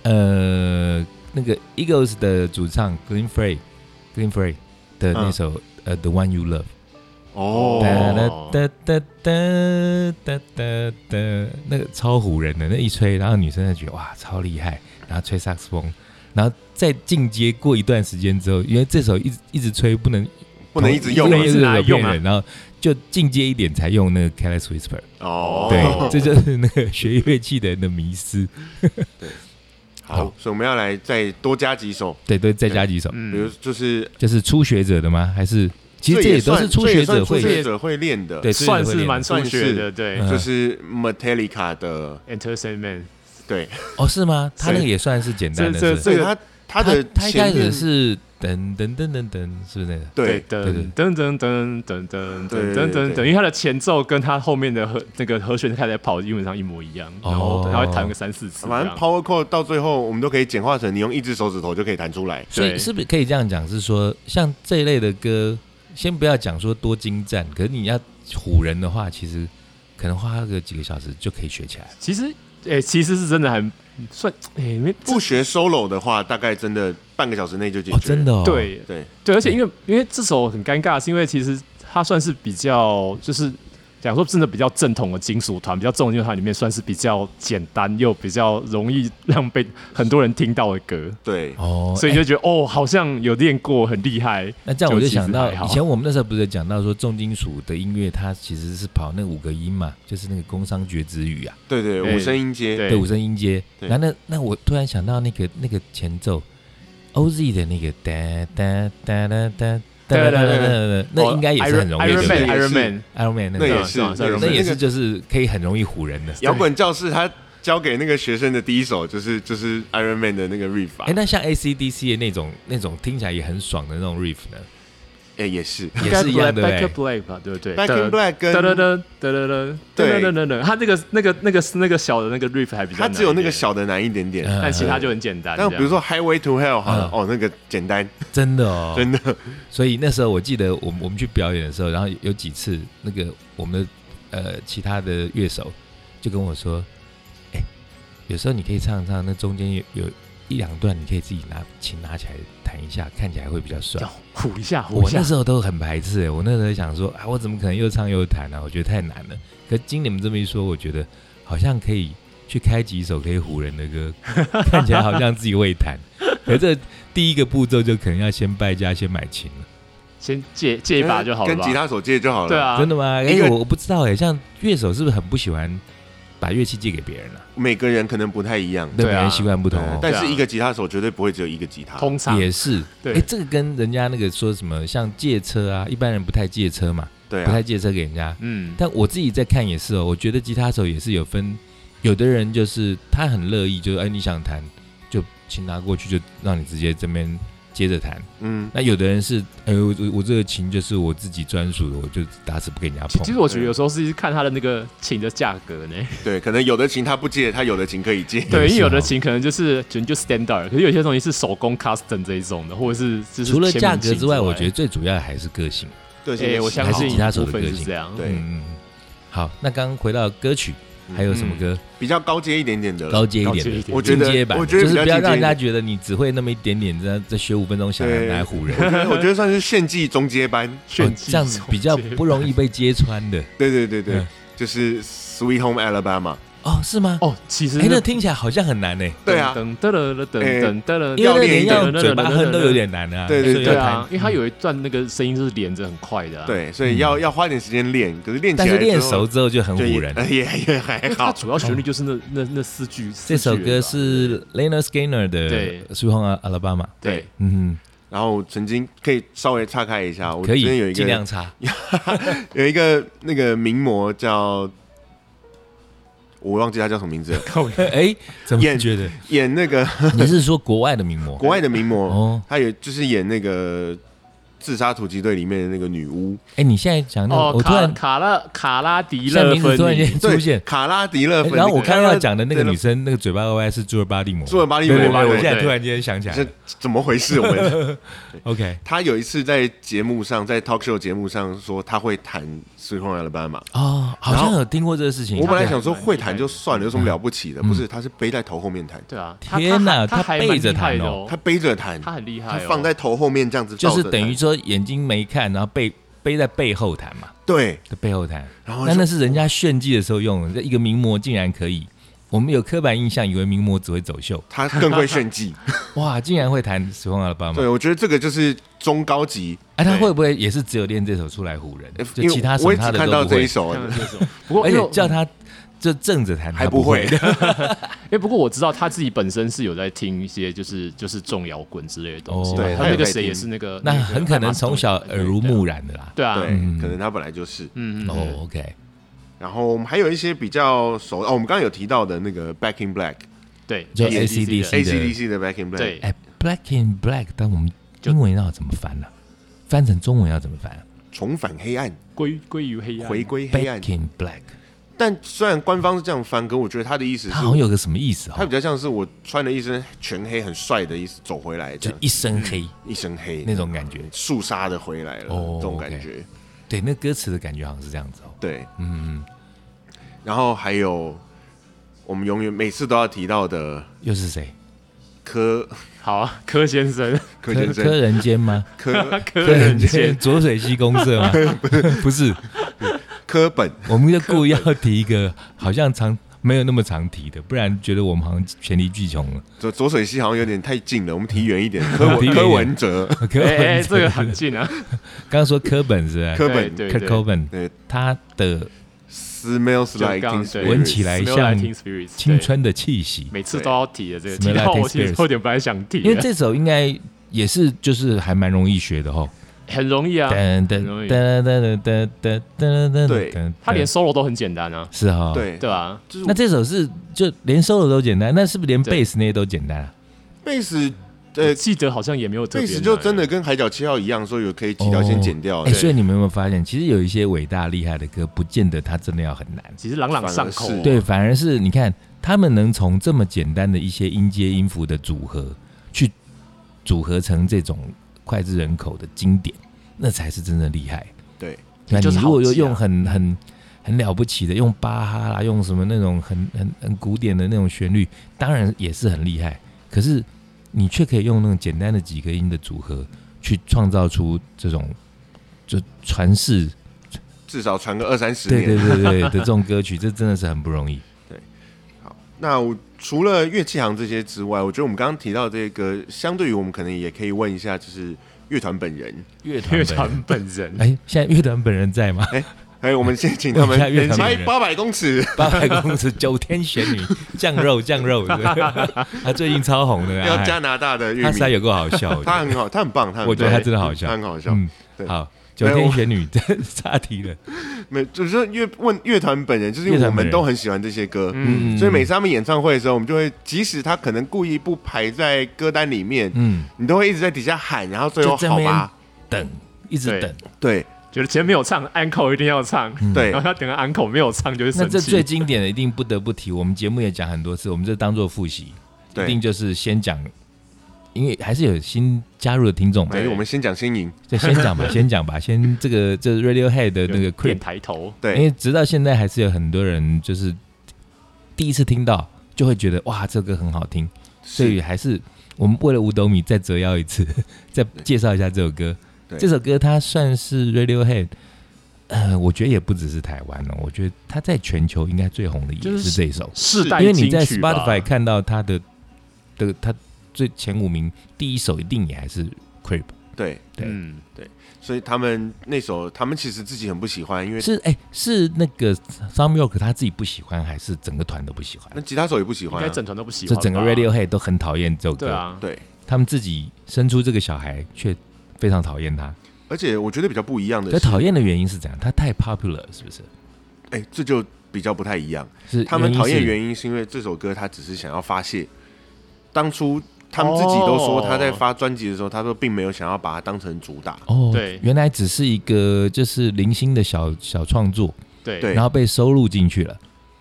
S3: 呃那个 Eagles 的主唱 Green Frey Green Frey 的那首、呃 The One You Love。
S1: 嗯哦，
S2: 哦
S3: 哒哒哒哒哒哒哒，那个超唬人的，那一吹，然后女生就觉得哇超厉害，然后吹萨克斯风，然后再进阶过一段时间之后，因为这首一直一直吹不能
S1: 不能一直用
S3: 不
S1: 啊
S3: 能一直
S2: 一直拿来
S3: 用
S2: 用啊
S3: 人，然后就进阶一点才用那个 Careless Whisper，
S1: 哦，
S3: 对，这就是那个学乐器的人的 迷思，
S1: 好
S3: 好，
S1: 所以我们要来再多加几首，
S3: 对对，再加几首，
S1: 比如
S2: 嗯，
S1: 就是
S3: 就是初学者的吗？还是其实这
S1: 也
S3: 也都是
S1: 算
S3: 初
S1: 这也
S3: 学
S1: 算
S3: 者
S1: 初
S3: 会
S1: 学者会练的，
S3: 对，初学者
S2: 算
S3: 会
S2: 是
S3: 练
S2: 蛮
S3: 的
S2: 初学的，
S1: 算
S2: 对
S3: 嗯
S1: 就是 Metallica 的，
S2: ，Entertainment，
S1: 对，
S3: 哦是吗？他那个也算是简单的，
S2: 这这
S3: 是不是
S1: 所以他他的
S3: 他一
S1: 前
S3: 开始
S1: 面
S3: 是噔噔噔噔噔，是不是那个？
S1: 对
S2: 噔噔噔噔噔噔噔
S1: 对
S2: 噔
S1: 对
S2: 噔，
S1: 对
S2: 因为它的前奏跟它后面的和那个和弦开始跑，基本上一模一样，然后
S3: 哦
S2: 它会弹个三四次这
S1: 反正
S2: 样，
S1: Power Chord 到最后我们都可以简化成你用一只手指头就可以弹出来，
S3: 所以
S2: 对
S3: 是不是可以这样讲？是说像这一类的歌，先不要讲说多精湛，可是你要唬人的话，其实可能花个几个小时就可以学起来。
S2: 其实，诶，其实是真的还算，哎诶，因为这
S1: 不学 solo 的话，大概真的半个小时内就解决
S3: 哦，，真的，哦，，
S2: 对
S1: 对，
S2: 对，而且因为因为这首很尴尬，是因为其实它算是比较就是。讲说真的比较正统的金属团，比较重的金属团里面算是比较简单又比较容易让被很多人听到的歌，
S1: 对，
S3: 哦，
S2: 所以
S3: 哎
S2: 就觉得、哦，好像有练过，很厉害。
S3: 那这样我就想到
S2: 就其实还好
S3: 以前我们那时候不是讲到说重金属的音乐，它其实是跑那五个音嘛， 就是那个工商爵之语啊，
S1: 对对，
S2: 对
S1: 五声音阶，
S2: 对
S3: 对，五声音阶。
S1: 对
S3: 然后那那我突然想到那个那个前奏，OZ 的那个哒哒哒哒哒哒哒哒哒哒，那应该也是很容易
S2: 哦 Iron-
S3: 对不
S2: Iron
S3: 对
S2: Man,
S1: 也是
S2: Iron Man，
S3: Iron Man
S1: 那
S3: 那个
S1: 也是，
S2: 嗯
S3: 那也
S1: 那
S3: 是
S1: 个
S3: 就是可以很容易唬人的。
S1: 摇滚教室他教给那个学生的第一首就是就是 Iron Man 的那个 riff 啊
S3: 哎，，那像 AC/DC 的那种那种听起来也很爽的那种 riff 呢，
S1: 哎也是
S3: 也是一样
S2: b
S3: 对
S2: a c k
S3: 不
S2: a Black 吧，对不对
S1: Back in Black
S2: 噔
S1: 跟
S2: 噔噔噔噔
S1: 对
S2: 噔噔噔噔，他那个那个那个那个小的那个 riff 还比较
S1: 他
S2: 难，
S1: 只有那个，小的难一点点
S3: 嗯，
S2: 但其他就很简单。
S1: 但比如
S2: 这
S1: 说
S2: 样，
S1: Highway to Hell 好了
S3: 嗯，
S1: 哦那个简单，
S3: 对？真的哦，
S1: 真的
S3: 所以那时候我记得我们我们去表演的时候，然后有几次那个我们的呃其他的乐手就跟我说，哎，有时候你可以唱唱，那中间有有一两段你可以自己拿琴拿起来弹一下，看起来会比较帅
S2: 要。唬一下，唬
S3: 我
S2: 一
S3: 那
S2: 下，
S3: 时候都很排斥，我那时候想说啊，我怎么可能又唱又弹呢、啊？我觉得太难了。可经你们这么一说，我觉得好像可以去开几首可以唬人的歌， 看起来好像自己会弹。可这第一个步骤就可能要先败家，先买琴了，
S2: 先借借一把就好了
S1: 跟
S2: 吧
S1: 吉？他手借就好了。
S2: 对，啊，
S3: 真的吗？哎、
S1: 一个
S3: 我我不知道哎、像乐手是不是很不喜欢把乐器借给别人啊？
S1: 每个人可能不太一样，
S3: 那
S2: 对啊
S3: 每个人习惯不同
S1: 对
S3: 哦。
S1: 但是一个吉他手绝对不会只有一个吉他。
S2: 通常
S3: 也是，哎、
S2: 对
S3: 这个跟人家那个说什么，像借车啊，一般人不太借车嘛，
S1: 对
S3: 不
S1: 啊
S3: 太，借车给人家。
S2: 嗯，
S3: 但我自己在看也是哦，我觉得吉他手也是有分，有的人就是他很乐意，就是哎你想弹就琴拿过去，就让你直接这边接着弹。
S1: 嗯，
S3: 那有的人是哎我我我这个琴就是我自己专属的，我就打死不给人家
S2: 其
S3: 碰。
S2: 其实我觉得有时候是看他的那个琴的价格 呢，
S3: 嗯
S1: 对，可能有的琴他不借，他有的琴可以借。
S2: 对，因为有的
S3: 哦
S2: 琴可能就是可能就 standard，可是有些东西是手工 custom 这一种的，或者是就是
S3: 除了
S2: 签名哎
S3: 价格
S2: 琴
S3: 之外，我觉得最主要的还是个性。
S1: 对，
S2: 哎，我相
S3: 还是
S2: 信
S3: 吉他手
S2: 部
S3: 的
S2: 分
S3: 个
S2: 是
S3: 性
S2: 这样，
S1: 对
S3: 嗯，嗯嗯好，那刚刚回到歌曲，
S1: 嗯
S3: 还有什么歌、
S1: 比较高阶一点点的了，
S3: 高阶一
S2: 高
S3: 点
S2: 阶一
S3: 的？
S2: 点
S1: 我觉
S3: 进
S1: 得
S3: 阶版的，
S1: 我觉得
S3: 就
S1: 比
S3: 是
S1: 较
S3: 不要
S1: 进阶
S3: 让人家觉得你只会那么一点点，这样再学五分钟，想要
S1: 对
S3: 来 唬
S1: 我
S3: 人。
S1: 觉得 我觉得算是炫技中阶班。
S3: 哦
S2: 炫技
S3: 这样子比较不容易被揭穿的
S1: 对对对对
S3: 嗯，
S1: 就是 Sweet Home Alabama。
S3: 哦，是吗？
S2: 哦，其实
S3: 哎、那听起来好像很难呢、
S1: 对啊，
S2: 噔噔噔噔噔噔，
S3: 因为那
S1: 要
S3: 个
S1: 练
S3: 连
S1: 一
S3: 要
S2: 点
S3: 嘴巴哼都有点难啊。
S1: 对对
S3: 所以
S2: 对啊
S3: 要弹，嗯
S2: 因为它有一段那个声音是连着很快的、啊，，
S1: 对，所以要要花点时间练，可是练起
S3: 嗯但
S1: 来
S3: 是练
S1: 之后
S3: 熟之后就很
S1: 就
S3: 唬
S1: 也
S3: 人。
S1: 呃也 也还
S2: 它
S1: 好。
S2: 主要旋律就是那、那那四句，
S3: 哦这
S2: 四
S3: 首
S2: 句而已
S3: 歌
S2: 吧
S3: 是 Leonard Skinner 的
S2: 对
S3: 《Sweet Home Alabama》。
S2: 对
S3: 嗯，
S1: 然后曾经可以稍微岔开一下，我
S3: 可
S1: 之前有一
S3: 以尽量
S1: 个
S3: 擦。
S1: 有一个那个名模叫，我忘记他叫什么名字了，
S3: 哎，怎么
S1: 眼
S3: 觉得？
S1: 演那个
S3: 你是说国外的名模？
S1: 国外的名模，
S3: 哦，
S1: 他有就是演那个《自杀突击队》里面的那个女巫，
S3: 哎，你现在讲那个，
S2: 哦，
S3: 我突
S2: 卡
S3: 然
S2: 卡拉卡拉迪
S3: 现在
S2: 勒
S3: 名字突
S2: 芬
S3: 然
S2: 妮，
S3: 间
S1: 对
S3: 哎出现，
S1: 卡拉迪勒
S3: 哎
S1: 芬妮。
S3: 然后我看到他
S1: 他
S3: 讲的那个女，生，那个嘴巴歪歪是朱尔巴利姆，
S1: 朱尔巴利姆
S3: 对对对
S1: 对
S3: 我现在
S2: 对
S3: 突然间想起来
S1: 这怎么回事？我 们
S3: ，OK，
S1: 他有一次在节目上，在 talk show 节目上说他会弹《s w e e t Home Alabama》，
S3: 哦，好
S1: 然
S3: 像
S1: 后
S3: 有听过这个事情。
S1: 我本来
S3: 对
S1: 想说会弹就算了，有什么了不起的？
S3: 嗯
S1: 不是，他是背在头后面弹，
S2: 对啊，他
S3: 天哪
S2: 哪，
S3: 他
S2: 他还
S3: 背
S2: 蛮
S3: 着
S2: 厉害
S3: 弹
S2: 的
S3: 哦
S2: 哦，
S1: 他背着弹，
S2: 他很厉
S1: 他
S2: 害哦，
S1: 放在头后面这样子，
S3: 就是
S1: 倒着
S3: 等于
S1: 弹
S3: 说眼睛没看，然后背背在背后弹嘛，
S1: 对，
S3: 的背后弹。
S1: 然后
S3: 那
S1: 就
S3: 那是人家炫技的时候用的，这一个名模竟然可以。我们有刻板印象，以为名模只会走秀，
S1: 他更会炫 技。
S3: 哇，竟然会弹《时空阿拉巴马》
S1: 对，。我觉得这个就是中高级，
S3: 哎，他
S1: 对呃
S3: 会不会也是只有练这首出来唬人？就
S1: 因为
S3: 其他什
S1: 我
S3: 么
S1: 也
S3: 他
S1: 只
S3: 的
S1: 看
S3: 都
S1: 到
S3: 不
S1: 这一
S3: 会。
S1: 首，
S2: 看了这种。不过
S3: 而
S2: 因为
S3: 且
S2: 我
S3: 叫他就正着弹，
S1: 还
S3: 他
S1: 不
S3: 不
S1: 会。
S2: 因为不过我知道他自己本身是有在听一些就是就是重摇滚之类的东西嘛，
S3: 哦
S2: 他那
S1: 对
S2: 个谁也是那个，
S3: 那
S2: 个
S3: 很可
S2: 艾
S3: 能
S2: 玛斯
S3: 从小
S2: 通
S3: 耳濡目染 的啦。
S2: 对啊，
S1: 对
S3: 嗯，
S1: 可能他本来就是。
S2: 嗯嗯嗯，
S3: 哦，OK，
S1: 然后我们还有一些比较熟哦，我们刚刚有提到的那个 Back in Black。
S2: 对，
S3: 就
S2: AC/DC 的
S3: AC/DC
S1: ACDC 的 Back in Black，
S2: 对
S3: 哎，Black in Black，但我们
S2: 就
S3: 英文要怎么翻呢？翻成中文要怎么翻啊
S1: 重返黑暗，
S2: 归归于黑暗，
S1: 回归黑暗。
S3: ？Back in Black，
S1: 但虽然官方是这样翻，可我觉得他的意思是
S3: 它，好像有个什么意思
S1: 他
S3: 哦
S1: 比？较像是我穿了一身全黑很帅的意思走回来，这
S3: 就
S1: 样
S3: 一身黑
S1: 一身黑
S3: 那种感觉。
S1: 肃杀的回来了，
S3: 哦
S1: 这种感
S3: OK
S1: 觉。
S3: 对，那歌词的感觉好像是这样子哦。
S1: 对，
S3: 嗯，
S1: 然后还有我们永远每次都要提到的
S3: 又是谁？
S1: 柯
S2: 好啊，柯先生，
S1: 柯先
S3: 柯
S1: 生
S3: 人间吗？
S1: 柯
S2: 柯仁
S3: 间，
S2: 健，
S3: 浊水溪公社 吗？ 不是，
S1: 柯本，
S3: 我们就故意要提一个好像常没有那么常提的，不然觉得我们好像全力俱穷 了。
S1: 左左水溪好像有点太近了，我们提远一点。柯
S3: 提
S1: 文
S3: 远一点
S1: 柯文哲，
S3: 柯
S2: 哎
S3: 本
S2: 哎，这个很近啊，
S3: 刚刚说柯本是吧
S1: 柯本
S2: 对
S3: k
S2: 对对
S3: u r Cobain，
S1: 对
S3: 他的
S1: ，smells
S2: 就
S1: like
S2: 刚
S1: Teen
S2: 对
S1: Spirit
S3: 闻起来
S2: Smell
S3: 像
S2: Like Teen Spirits，
S3: 青
S2: 对，
S3: 春的气息，
S2: 每次都要提的这个，
S3: Smell
S2: 提
S3: Like
S2: 到
S3: Teen
S2: 我其实
S3: Spirits
S2: 有点本来想提的，
S3: 因为这首应该也是就是还蛮容易学的哦。
S2: 很容易啊，
S3: 噔噔
S2: 很容易
S3: 噔噔噔噔噔噔噔，
S2: 他连 solo 都很简单啊，
S3: 是哈，。
S1: 对
S2: 对吧？
S1: 就是
S3: 那这首是就连 solo 都简单，那是不是连
S2: 对
S3: bass 那些都简单啊？
S1: 贝斯，呃，
S2: 记得好像也没有特
S1: 贝
S2: 别
S1: 斯
S2: 难，啊
S1: 就真的跟海角七号一样，说有可以几条线剪掉
S3: 哎，
S1: 的。
S3: 所以你们有没有发现，其实有一些伟大厉害的歌，不见得它真的要很难。
S2: 其实朗朗上
S1: 反
S2: 口
S1: 而是，
S3: 对，反而是你看，他们能从这么简单的一些音阶音符的组合，去组合成这种脍炙人口的经典，那才是真的厉害。
S1: 对
S3: 对啊，
S2: 就是
S3: 你如果
S2: 好记
S3: 又
S2: 啊
S3: 用很很很了不起的，用巴哈啦，用什么那种很很很古典的那种旋律，当然也是很厉害。可是你却可以用那种简单的几个音的组合，去创造出这种就传世，
S1: 至少传个二三十
S3: 对对
S1: 年。
S3: 对对的这种歌曲，这真的是很不容易。
S1: 那我除了乐器行这些之外，我觉得我们刚刚提到这个，相对于我们可能也可以问一下，就是乐团本 人。
S3: 乐
S2: 乐团本人
S3: 哎，现在乐团本人在吗？
S1: 嗯哎，我们先请他们
S3: 问一下 乐团本
S1: 来
S3: 人
S1: 八百公尺，
S3: 八百公尺九天玄 女酱肉酱肉，是不是他最近超红的，
S1: 要
S3: 哎
S1: 加拿大的玉
S3: 他实在
S1: 米。
S3: 有够好笑，我觉
S1: 他
S3: 得
S1: 很好，他很棒，他很
S3: 我觉得他
S1: 对
S3: 真的好笑
S1: 他很好笑。
S3: 嗯
S1: 对，
S3: 好，
S1: 没
S3: 九
S1: 有
S3: 天玄女 岔题了，
S1: 没，就是乐问乐团本人，就是因为
S3: 乐
S1: 我
S3: 团
S1: 们
S3: 本人
S1: 都很喜欢这些歌，
S3: 嗯
S1: 所以每次他们演唱会的时候，我们就会，即使他可能故意不排在歌单里面，
S3: 嗯
S1: 你都会一直在底下喊，然后最后
S3: 就这
S1: 好
S3: 边
S1: 吧，
S3: 等，一直
S2: 对
S3: 等。
S1: 对
S2: 觉得前面有唱，uncle 一定要唱，
S1: 对
S2: 然
S3: 哦
S2: 后他等到 uncle 没有唱就会
S3: 嗯那
S2: 生
S3: 这最
S2: 气。
S3: 经典的一定不得不提，我们节目也讲很多次，我们这当做复习，一定
S1: 对。
S3: 就是先讲，因为还是有新加入的听众嘛，
S1: 没，我们先讲先赢，
S3: 就先讲吧，先讲吧，先这个这 Radiohead 的那个 Creep
S2: 点抬头，
S3: 因
S1: 对
S3: 为直到现在还是有很多人就是第一次听到就会觉得哇，这歌很好听，所以还是我们为了五斗米再折腰一次， 再介绍一下这首歌
S1: 对。
S3: 这首歌它算是 Radiohead，呃，我觉得也不只是台湾哦，我觉得它在全球应该最红的也
S2: 就是是
S3: 这一首，
S2: 世代
S3: 因为你
S2: 金
S3: 在
S2: 曲吧
S3: Spotify 看到它的的它最前五名，第一首一定也还是 Creep，
S1: 对，
S3: 对
S2: 嗯，
S1: 所以他们那首他们其实自己很不喜欢，因为
S3: 是哎、是那个 Sam York 他自己不喜欢，还是整个团都不喜欢
S1: 那？吉他手也不喜
S2: 应
S1: 欢啊、
S2: 该整团都不喜欢
S3: 就
S2: 吧，
S3: 整个 Radiohead 都很讨厌这首歌，
S2: 对啊，
S1: 对
S3: 他他们自己生出这个小孩，却非常讨厌他。
S1: 而且我觉得比较不一样的
S3: 可
S1: 是，
S3: 讨厌的原因是怎样？他太 popular 是不是？
S1: 哎、这就比较不太一样。
S3: 是
S1: 他们讨厌
S3: 原因
S1: 原因是因为这首歌他只是想要发泄，当初他们自己都说
S2: 哦
S1: 他在发专辑的时候，他说并没有想要把它当成主打。
S3: 是哦，
S2: 对
S3: 原来只是一个就是零星的小小创作，
S2: 对
S1: 对
S3: 然后被收录进去了。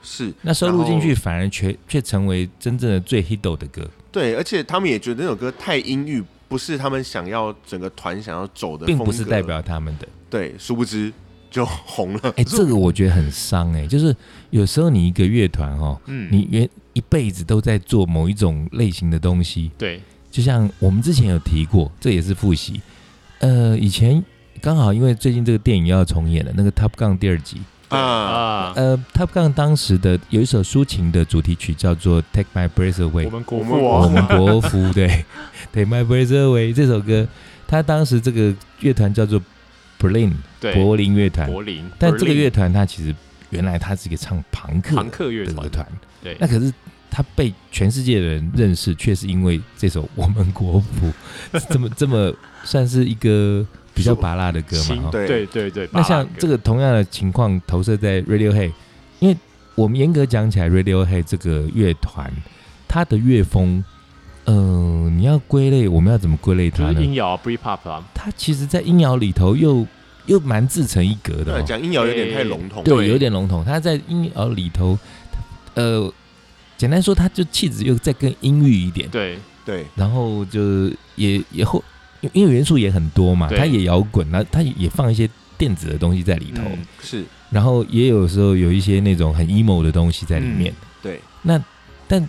S1: 是
S3: 那收录进
S1: 然
S3: 去反而却却成为真正的最 hit 的歌，
S1: 对，而且他们也觉得那首歌太阴郁，不是他们想要整个团想要走的风
S3: 并
S1: 格，
S3: 不是代表他们的。
S1: 对，殊不知就红了。
S3: 哎、这个我觉得很伤哎、就是有时候你一个乐团哦，
S1: 嗯
S3: 你原一辈子都在做某一种类型的东西，
S2: 对
S3: 就像我们之前有提过，这也是复习。呃，以前刚好因为最近这个电影要重演了，那个《Top Gun》第二集，
S1: 啊，
S2: 啊，
S3: 呃，《Top Gun》当时的有一首抒情的主题曲叫做《Take My Breath
S2: 我
S3: Away》，
S2: 们国
S1: 我
S2: 父
S1: 们
S3: 我
S2: 哦
S3: 们国服对，《Take My Breath Away》这首歌，他当时这个乐团叫做 Berlin
S2: 对
S3: 柏林乐团，
S2: 柏林，
S3: 但这个
S2: Berlin，
S3: 乐团它其实原来它是一个唱朋克
S2: 朋克乐
S3: 的
S2: 团
S3: 乐，团，
S2: 对
S3: 那可是他被全世界的人认识，却是因为这首《我们国服》这么这么算是一个比较拔辣的歌嘛
S2: 新
S3: 哈。
S1: 对
S2: 对对对，
S3: 那像这
S2: 个
S3: 个同样的情况投射在 Radiohead，因为我们严格讲起来，Radiohead 这个乐团，它的乐风，嗯、你要归类，我们要怎么归类它
S2: 就是
S3: 呢？
S2: 音摇 b r e pop 啊，
S3: 它其实，在音摇里头又又蛮自成一格的、
S1: 那
S3: 哦。
S1: 讲音摇有点太笼统。
S3: 对，有点笼统。他在音摇里头，呃，简单说，他就气质又再更阴郁一点，
S2: 对
S1: 对，
S3: 然后就是也也后，因为因为元素也很多嘛，
S2: 对
S3: 他也摇滚，然后他也放一些电子的东西在里头，
S2: 嗯
S1: 是
S3: 然后也有时候有一些那种很 emo 的东西在里
S2: 嗯
S3: 面。
S1: 对，
S3: 但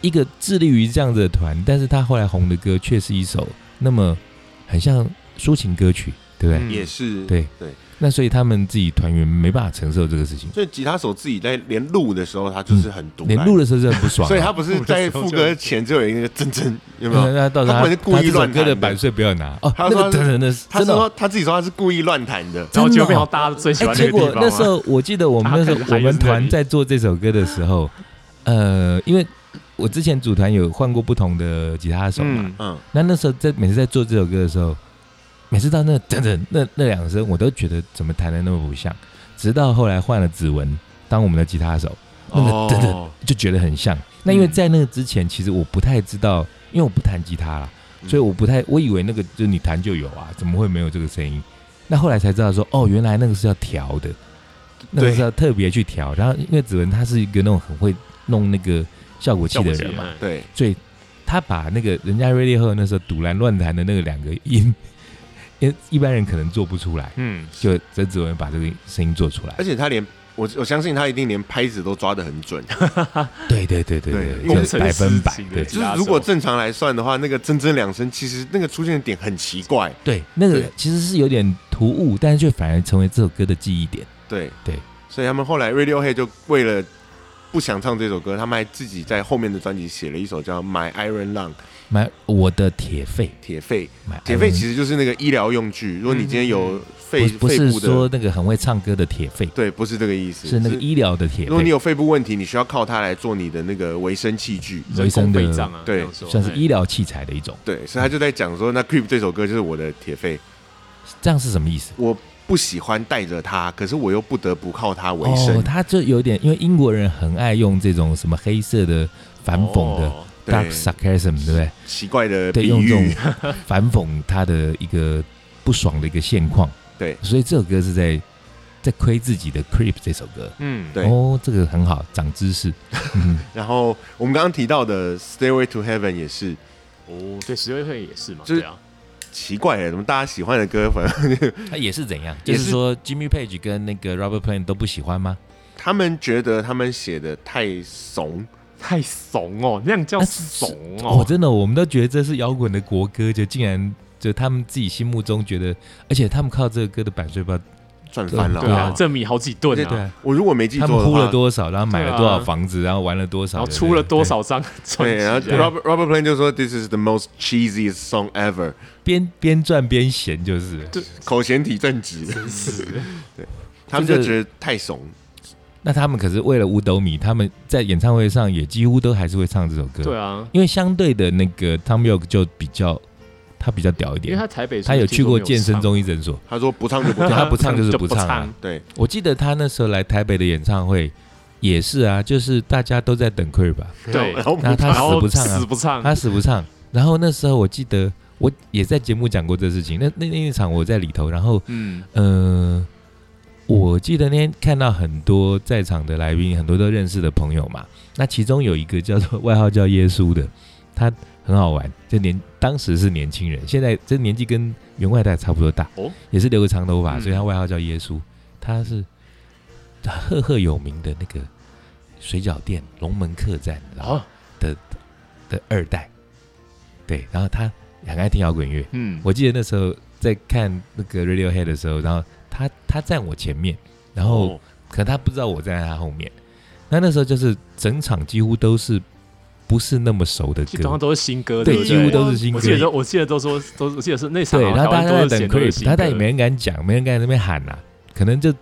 S3: 一个致力于这样子的团，但是他后来红的歌却是一首那么很像抒情歌曲，对不对？
S2: 嗯
S1: 也是
S3: 对
S1: 对。
S3: 那所以他们自己团员没办法承受这个事情，
S1: 所以吉他手自己在连录的时候，他就是很独，
S3: 连录的时候是很不 爽啊、
S1: 所以他不是在副歌前就有一个真真有没有？
S3: 那到时
S1: 他
S3: 候
S1: 们是故意
S3: 这首
S1: 乱弹
S3: 歌的
S1: 的
S3: 版税不要拿哦。
S1: 他
S3: 那
S1: 说
S3: 个
S1: 他是
S3: 等等的，
S1: 他
S3: 真的
S1: 说
S3: 哦。
S1: 他自己说他是故意乱弹的，
S2: 然后
S3: 真的
S2: 就
S3: 哦
S2: 变成大家最喜
S3: 哎，
S2: 欢
S3: 结
S2: 那个
S3: 果
S2: 地方
S3: 那
S2: 啊
S3: 时候我记得我们那
S2: 他开始
S3: 时
S1: 啊
S3: 候
S2: 还
S3: 我们
S2: 是在
S3: 团
S2: 里
S3: 在做这首歌的时候，呃，因为我之前组团有换过不同的吉他手嘛，
S2: 嗯
S1: 嗯，
S3: 那那时候在每次在做这首歌的时候，每次到那等等那那两声，我都觉得怎么弹的那么不像，直到后来换了指纹当我们的吉他手，那个真的
S1: 哦，
S3: 就觉得很像。那因为
S2: 嗯
S3: 在那个之前，其实我不太知道，因为我不弹吉他啦，
S1: 嗯
S3: 所以我不太，我以为那个就是你弹就有啊，怎么会没有这个声音？那后来才知道说，哦，原来那个是要调的，那个
S1: 对
S3: 是要特别去调。然后因为子文他是一个那种很会弄那个效果器的人嘛，
S2: 嘛，对
S1: 对，
S3: 所以他把那个人家 Radiohead 那时候堵拦乱弹的那个两个音， 因一般人可能做不出来，
S2: 嗯，
S3: 就这子文把这个声音做出来
S1: 而。且他连我我相信他一定连拍子都抓得很准，
S3: 对对对对
S1: 对
S3: 对，
S1: 工
S3: 就是
S2: 程
S3: 百分
S2: 师
S3: 百
S2: 级的
S3: 对。
S1: 就
S2: 吉
S1: 是
S2: 他手
S1: 如果正常来算的话，那个真真两声，其实那个出现的点很奇怪，
S3: 对，那个
S1: 对
S3: 其实是有点突兀，但是却反而成为这首歌的记忆点。
S1: 对
S3: 对，
S1: 所以他们后来 Radiohead 就为了不想唱这首歌，他们还自己在后面的专辑写了一首叫《My Iron Lung》
S3: 买我的铁肺，
S1: 铁肺，
S3: 买
S1: 铁肺
S3: Iron-
S1: 其实就是那个医疗用具，如果你今天有肺
S3: 不不
S1: 肺
S3: 是
S1: 部的
S3: 说，那个很会唱歌的铁肺，
S1: 对，不是这个意思，
S3: 是那个医疗的铁
S1: 如果你
S3: 肺，
S1: 有肺部问题，你需要靠它来做你的那个维生器具。
S3: 维
S2: 人
S3: 生
S2: 工
S3: 的
S2: 肺脏啊，
S1: 对
S2: 这样说
S3: 算是
S2: 哎
S3: 医疗器材的一种。
S1: 对，所以他就在讲说，那 Creep 这首歌就是我的铁肺，
S3: 这样是什么意思？
S1: 我不喜欢带着它，可是我又不得不靠它为生。
S3: 哦，他就有点，因为英国人很爱用这种什么黑色的反讽的、
S2: 哦
S3: dark
S1: 对，
S3: sarcasm，对不对？
S1: 奇怪的
S3: 对，
S1: 比
S3: 用这
S1: 喻，
S3: 种反讽他的一个不爽的一个现况。
S1: 对
S3: 所以这首歌是在在亏自己的《Creep》这首歌。
S2: 嗯，
S1: 对
S3: 哦，这个很好，长知识。嗯，
S1: 然后我们刚刚提到的《Stairway to Heaven》也是
S2: 哦，对，十六岁也是嘛，
S1: 就是
S2: 对啊，
S1: 奇怪的，怎么大家喜欢的歌，反正
S3: 那也是怎样？
S1: 也
S3: 就是是说，Jimmy Page 跟那个 Robert Plant 都不喜欢吗？
S1: 他们觉得他们写的太怂，
S2: 太怂哦，那样叫
S3: 啊是
S2: 怂
S3: 哦
S2: 哦，，
S3: 真的，我们都觉得这是摇滚的国歌，就竟然就他们自己心目中觉得，而且他们靠这个歌的版税不知道
S1: 赚翻了。
S2: 对啊，
S3: 哦
S2: 证明好几顿
S3: 对
S2: 啊，
S3: 啊，
S1: 我如果没记
S3: 他
S1: 错
S3: 们
S1: 的
S3: 呼了
S1: 话，
S3: 多少，然后买了
S2: 对啊
S3: 多少房子，然后玩了多少，
S2: 然后出了
S3: 对不对
S2: 多，少张专
S1: 对，
S2: 辑
S1: 然
S2: 啊，
S1: 后 Robert Robert Plant 就说 This is the most cheesiest song ever，
S3: 对边边赚边闲就是。
S1: 口嫌体正直，
S2: 真是
S1: 他们就觉得太怂。
S3: 那他们可是为了五斗米，他们在演唱会上也几乎都还是会唱这首歌。
S2: 对啊，
S3: 因为相对的那个 Tom York 就比较他比较屌一
S2: 因为
S3: 点，
S2: 他台北出
S3: 他
S2: 的
S3: 有去过
S2: 听说没
S3: 健身
S2: 唱，
S3: 中医诊所，
S1: 他说不唱就不
S3: 对
S1: 唱，
S3: 他不唱就是
S2: 不
S3: 不唱 啊。
S1: 对，
S3: 我记得他那时候来台北的演唱会也是啊，就是大家都在等 Queen 吧，
S2: 对
S1: 然后不
S3: 那他
S2: 然
S3: 死
S2: 后
S3: 不唱啊
S2: 死不唱，
S3: 他死不唱。然后那时候我记得我也在节目讲过这事情，那那那一场我在里头，然后
S2: 嗯，
S3: 呃，我记得那天看到很多在场的来宾，很多都认识的朋友嘛。那其中有一个叫做外号叫耶稣的，他很好玩，就年当时是年轻人，现在这年纪跟员外太差不多大，
S2: 哦
S3: 也是留个长头发，
S2: 嗯
S3: 所以他外号叫耶稣。他是赫赫有名的那个水饺店龙门客栈，然后
S2: 啊，
S3: 的二代，对，然后他很爱听摇滚乐，
S2: 嗯，
S3: 我记得那时候在看那个 Radiohead 的时候，然后他他站我前面，然后
S1: 哦
S3: 可他不知道我站在他后面。那那时候就是整场几乎都是不是那么熟的
S2: 基本上
S3: 歌，
S2: 都是新歌，
S3: 对
S2: 不
S3: 几乎都是新歌
S2: 我记得都，我记得都说，都我记得是那场
S3: 对，
S2: 好像
S3: 然后大
S2: 台
S3: 家
S2: 湾
S3: 在
S2: 都是
S3: 等
S2: 写都是
S3: Creep，
S2: 新
S3: 他
S2: 歌，
S3: 但也没人敢讲，没人敢在那边喊呐、可能就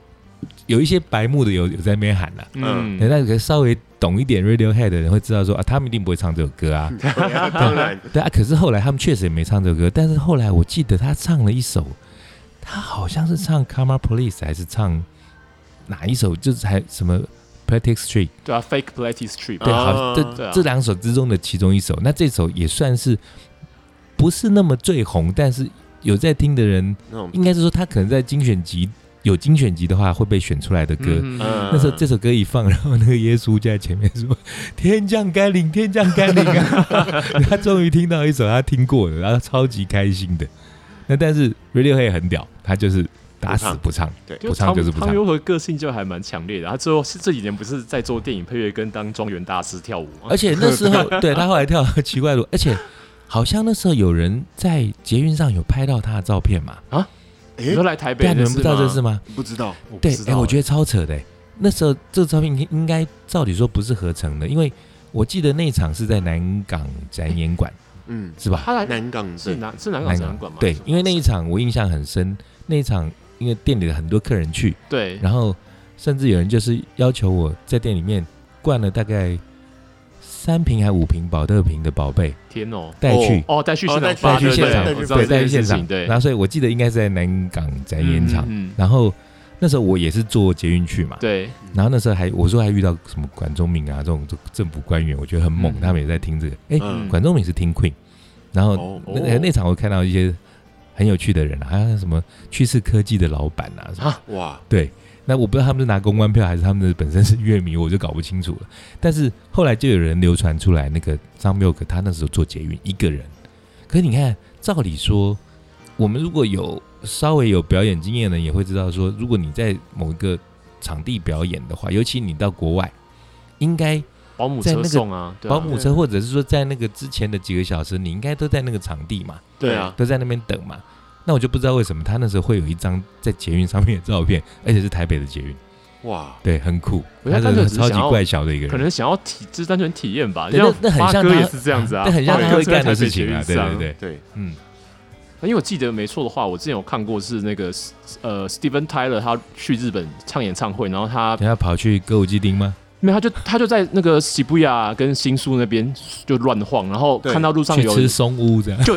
S3: 有一些白目的有有在那边喊呐、
S2: 嗯，
S3: 对但可能稍微懂一点 Radiohead 的人会知道说啊，他们一定不会唱这首歌啊，
S1: 对啊 当然，
S3: 对啊，可是后来他们确实也没唱这首歌，但是后来我记得他唱了一首，他好像是唱《Karma Police》还是唱哪一首，就是还什么《Pretty Street》
S2: 对啊，Fake Platty Street，
S3: 对，
S1: 啊
S3: 好，这、
S2: 对啊
S3: 这两首之中的其中一首，那这首也算是不是那么最红，但是有在听的人，
S1: 那种
S3: 应该是说他可能在精选集有精选集的话会被选出来的歌。
S2: 嗯
S1: 嗯
S3: 那时候这首歌一放，然后那个耶稣就在前面说：“天降甘霖，天降甘霖啊！” 他终于听到一首他听过的，然后超级开心的。那但是 Radiohead 很屌，他就是打死不唱，不唱就是不唱
S2: 汤优和个性就还蛮强烈的，他最后这几年不是在做电影配乐跟当庄园大师跳舞吗？
S3: 而且那时 候对他后来跳奇怪的舞，而且好像那时候有人在捷运上有拍到他的照片嘛？
S2: 你
S1: 哎
S2: 说，来台
S3: 对
S2: 北
S3: 啊，
S2: 的
S3: 你
S2: 事吗，
S3: 们不知道这事吗？
S1: 不知道，
S2: 我不
S3: 对
S2: 知，道
S3: 哎，我觉
S2: 得
S3: 得超扯的欸。那时候这照片应应该照理说不是合成的，因为我记得那一场是在南港展演馆，
S1: 嗯，
S3: 是吧？
S2: 他来
S1: 南港
S2: 是
S1: 是
S2: 南是南港
S3: 南
S2: 展
S3: 港
S2: 览馆吗？
S3: 对
S2: 是吗，
S3: 因为那一场我印象很深，那一场因为店里的很多客人去，
S2: 对，
S3: 然后甚至有人就是要求我在店里面灌了大概三瓶还五瓶保特瓶的宝贝
S2: 天哦，
S3: 带去。
S2: 哦，带去现
S1: 哦带
S2: 场
S1: 去
S2: 发，
S3: 带去
S2: 对
S3: 现
S2: 对
S3: 场
S2: 我知道这
S3: 带
S2: 件
S3: 去现
S2: 事
S3: 场
S2: 情，，对
S3: 然，后所以我记得应该是在南港展演场，
S2: 嗯，嗯嗯
S3: 然后那时候我也是坐捷运去嘛，
S2: 对，
S3: 然后那时候还我说还遇到什么管中敏啊这种政府官员，我觉得很猛，
S2: 嗯
S3: 他们也在听这个，哎，
S1: 嗯
S3: 管仲敏是听 Queen，然后
S1: 哦
S3: 那、那场我看到一些很有趣的人啊，还有什么趋势科技的老板啊什么，
S2: 啊
S1: 哇，
S3: 对，那我不知道他们是拿公关票还是他们本身是乐迷，我就搞不清楚了。但是后来就有人流传出来，那个张缪克他那时候做捷运一个人，可是你看，照理说，我们如果有稍微有表演经验的人，也会知道说，如果你在某一个场地表演的话，尤其你到国外，应该
S2: 保姆
S3: 在那
S2: 车
S3: 个
S2: 送啊，对啊
S3: 保姆车或者是说在那个之前的几个小时，你应该都在那个场地嘛。
S1: 对啊，
S3: 都在那边等嘛。那我就不知道为什么他那时候会有一张在捷运上面的照片， 而且是台北的捷运，
S1: 哇，
S3: 对，很酷。
S2: 我觉得他
S3: 他
S2: 就
S3: 真的
S2: 只是
S3: 超级
S2: 想要
S3: 怪小的一个
S2: 可
S3: 人，
S2: 能想要体，就是单纯体验吧，
S3: 对那那很
S2: 发
S3: 像
S2: 哥
S3: 他
S2: 也是这样子啊，
S3: 那很像
S2: 发
S3: 他
S2: 哥
S3: 会
S2: 在
S3: 干的
S2: 台北
S3: 事情啊，
S2: 捷
S3: 对
S2: 运上
S3: 对对，
S1: 对，
S3: 嗯，
S2: 因为我记得没错的话，我之前有看过是那个呃，Steven Tyler 他去日本唱演唱会，然后他
S3: 等下跑去歌舞伎町吗？
S2: 没有他就他就在那个喜布亚跟新宿那边就乱晃，然后
S1: 对
S2: 看到路上
S3: 去
S2: 有
S3: 吃松屋这样？
S2: 就